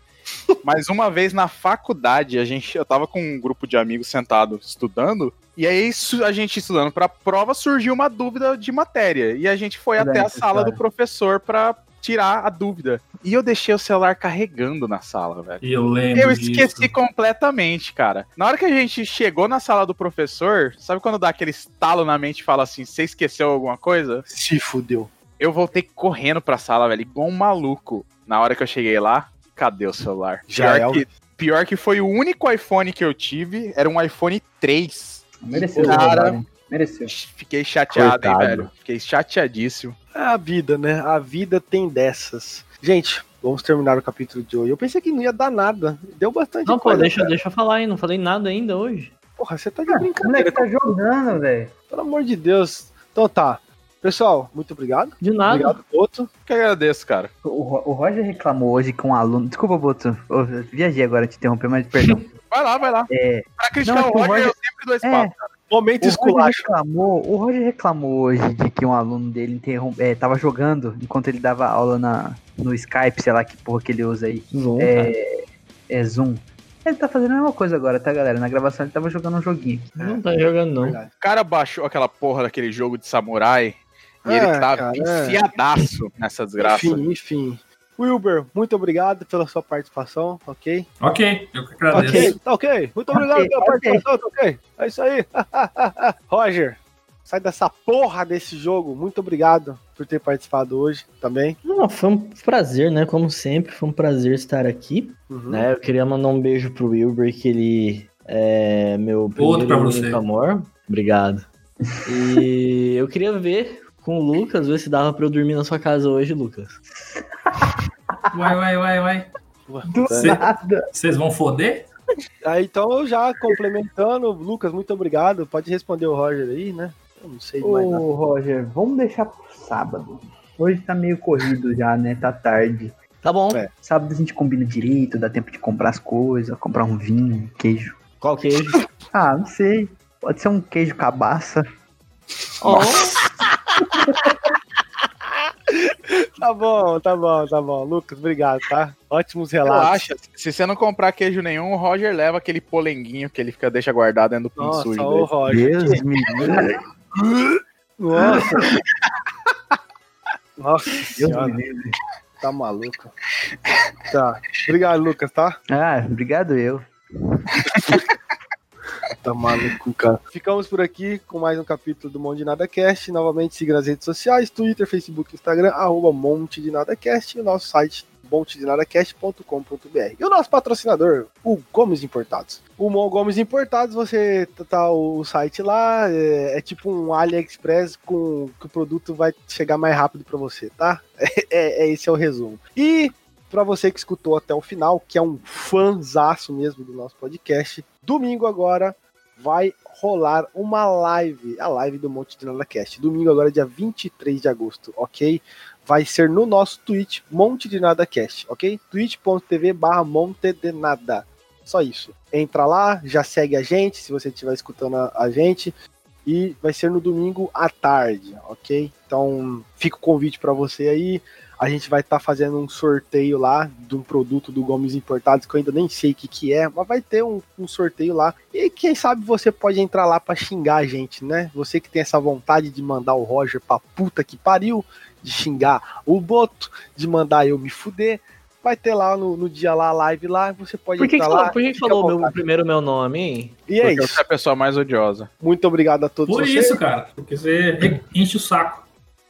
Speaker 4: Mas uma vez na faculdade, a gente, eu tava com um grupo de amigos sentado estudando, e aí su- a gente estudando pra prova surgiu uma dúvida de matéria. E a gente foi
Speaker 6: Olha
Speaker 4: até a
Speaker 6: essa
Speaker 4: sala
Speaker 6: história.
Speaker 4: do professor pra tirar a dúvida. E eu deixei o celular carregando na sala, velho.
Speaker 9: E eu lembro.
Speaker 4: Eu esqueci
Speaker 9: disso.
Speaker 4: completamente, cara. Na hora que a gente chegou na sala do professor, sabe quando dá aquele estalo na mente e fala assim, você esqueceu alguma coisa?
Speaker 2: Se fudeu.
Speaker 4: Eu voltei correndo pra sala, velho, igual um maluco. Na hora que eu cheguei lá, cadê o celular?
Speaker 2: Já é o-
Speaker 4: pior, que, pior que foi o único iPhone que eu tive, era um iPhone 3.
Speaker 6: Mereceu,
Speaker 4: Cara.
Speaker 6: roubar, hein? Mereceu.
Speaker 4: Fiquei chateado, hein,
Speaker 3: Coitado.
Speaker 4: velho. Fiquei chateadíssimo.
Speaker 2: É a vida, né? A vida tem dessas. Gente, vamos terminar o capítulo de hoje. Eu pensei que não ia dar nada. Deu bastante
Speaker 3: Não, pô,
Speaker 2: coisa.
Speaker 3: deixa, deixa eu falar aí, não falei nada ainda hoje.
Speaker 2: Porra, você tá de
Speaker 6: O moleque
Speaker 2: brincadeira.
Speaker 6: tá jogando, velho.
Speaker 2: Pelo amor de Deus. Então tá. Pessoal, muito obrigado.
Speaker 3: De nada.
Speaker 2: Obrigado, Boto.
Speaker 4: Que agradeço, cara.
Speaker 6: O, Ro- o Roger reclamou hoje com um aluno. Desculpa, Boto. Eu viajei agora te interromper, mas perdão.
Speaker 4: Vai lá, vai lá.
Speaker 6: É,
Speaker 4: Pra criticar
Speaker 6: Não, é
Speaker 4: o
Speaker 6: que o
Speaker 4: Roger,
Speaker 6: Roger-
Speaker 4: eu sempre dou
Speaker 6: é,
Speaker 4: espaço.
Speaker 2: Momento
Speaker 6: o, Roger
Speaker 2: esculacho.
Speaker 6: reclamou, o Roger reclamou hoje de que um aluno dele interrom- é, tava jogando enquanto ele dava aula na, no Skype, sei lá que porra que ele usa aí.
Speaker 3: Zoom, cara.
Speaker 6: É, é Zoom. Ele tá fazendo a mesma coisa agora, tá, galera? Na gravação ele tava jogando um joguinho.
Speaker 3: Não tá jogando, não.
Speaker 2: Verdade.
Speaker 4: O cara baixou aquela porra daquele jogo de samurai e
Speaker 2: É,
Speaker 4: ele tá
Speaker 2: cara, é.
Speaker 4: viciadaço nessa desgraça.
Speaker 2: Enfim, enfim. Wilber, muito obrigado pela sua participação, ok?
Speaker 9: Ok, eu que
Speaker 2: Tá
Speaker 9: agradeço.
Speaker 2: ok, tá ok. Muito obrigado
Speaker 6: Ok,
Speaker 2: pela
Speaker 6: tá ok.
Speaker 2: participação, tá ok? É isso aí. Roger, sai dessa porra desse jogo. Muito obrigado por ter participado hoje também.
Speaker 3: Não, foi um prazer, né? Como sempre, foi um prazer estar aqui.
Speaker 2: Uhum.
Speaker 3: né? Eu queria mandar um beijo pro Wilber, que ele é meu primeiro
Speaker 9: pra
Speaker 3: e
Speaker 9: você.
Speaker 3: único amor. Obrigado. E eu queria ver com o Lucas, ver se dava pra eu dormir na sua casa hoje, Lucas.
Speaker 9: Vai, vai, vai, vai.
Speaker 6: Do
Speaker 9: Cê-
Speaker 6: nada.
Speaker 9: Vocês vão foder?
Speaker 2: Ah, então, já complementando, Lucas, muito obrigado. Pode responder o Roger aí, né? Eu não sei de mais nada.
Speaker 6: Ô, Roger, vamos deixar pro sábado. Hoje tá meio corrido já, né? Tá tarde.
Speaker 3: Tá bom.
Speaker 2: É.
Speaker 6: Sábado a gente combina direito, dá tempo de comprar as coisas, comprar um vinho, queijo.
Speaker 3: Qual
Speaker 2: é?
Speaker 3: queijo?
Speaker 6: Ah, não sei. Pode ser um queijo cabaça.
Speaker 2: Tá bom, tá bom, tá bom. Lucas, obrigado, tá? Ótimos relatos.
Speaker 4: Relaxa, se você não comprar queijo nenhum, o Roger leva aquele polenguinho que ele fica, deixa guardado dentro do pin
Speaker 2: Nossa,
Speaker 4: sujo
Speaker 2: ô
Speaker 4: dele.
Speaker 2: Roger.
Speaker 6: Deus me livre.
Speaker 2: Nossa. Nossa
Speaker 6: Deus me
Speaker 2: senhora,
Speaker 6: livre.
Speaker 2: tá maluco. Tá. Obrigado, Lucas, tá?
Speaker 6: Ah, obrigado eu.
Speaker 2: Tá maluco, cara. Ficamos por aqui com mais um capítulo do Monte de Nada Cast. Novamente siga nas redes sociais, Twitter, Facebook, Instagram, arroba Monte de Nada Cast e o nosso site montedinadacast.com.br. E o nosso patrocinador, o Gomes Importados. O Mon Gomes Importados, você tá- tá o site lá, é, é tipo um AliExpress com que o produto vai chegar mais rápido pra você, tá? É, é- esse é o resumo. E Pra você que escutou até o final, que é um fanzaço mesmo do nosso podcast, domingo agora vai rolar uma live, a live do Monte de Nada Cast. Domingo agora, dia 23 de agosto, ok? Vai ser no nosso Twitch, Monte de Nada Cast, ok? twitch.tv barra Monte de Nada. Só isso. Entra lá, já segue a gente, se você estiver escutando a, a gente. E vai ser no domingo à tarde, ok? Então, fica o convite pra você aí. A gente vai estar fazendo um sorteio lá de um produto do Gomes Importados, que eu ainda nem sei o que, que é, mas vai ter um, um sorteio lá. E quem sabe você pode entrar lá pra xingar a gente, né? Você que tem essa vontade de mandar o Roger pra puta que pariu, de xingar o Boto, de mandar eu me fuder, vai ter lá no, no dia lá a live lá, você pode
Speaker 3: Por que, que,
Speaker 2: entrar
Speaker 3: falou-
Speaker 2: lá.
Speaker 3: por que que
Speaker 2: fica à
Speaker 3: falou o meu,
Speaker 2: vontade.
Speaker 3: primeiro meu nome, hein?
Speaker 2: E é
Speaker 4: Porque
Speaker 2: isso.
Speaker 4: você é a pessoa mais odiosa.
Speaker 2: Muito obrigado a todos
Speaker 9: Por
Speaker 2: vocês.
Speaker 9: isso, cara. Porque você enche o saco.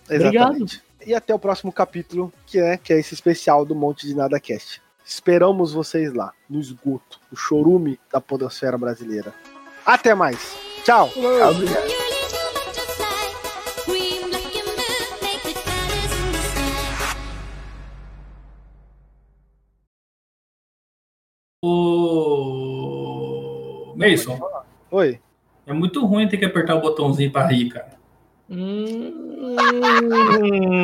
Speaker 2: Exatamente. E até o próximo capítulo, que é, que é esse especial do Monte de Nada Cast. Esperamos vocês lá, no esgoto, o chorume da podosfera brasileira. Até mais. Tchau.
Speaker 9: Ô. Mason,
Speaker 2: Oi.
Speaker 9: é muito ruim ter que apertar o botãozinho pra rir, cara.
Speaker 3: Hum.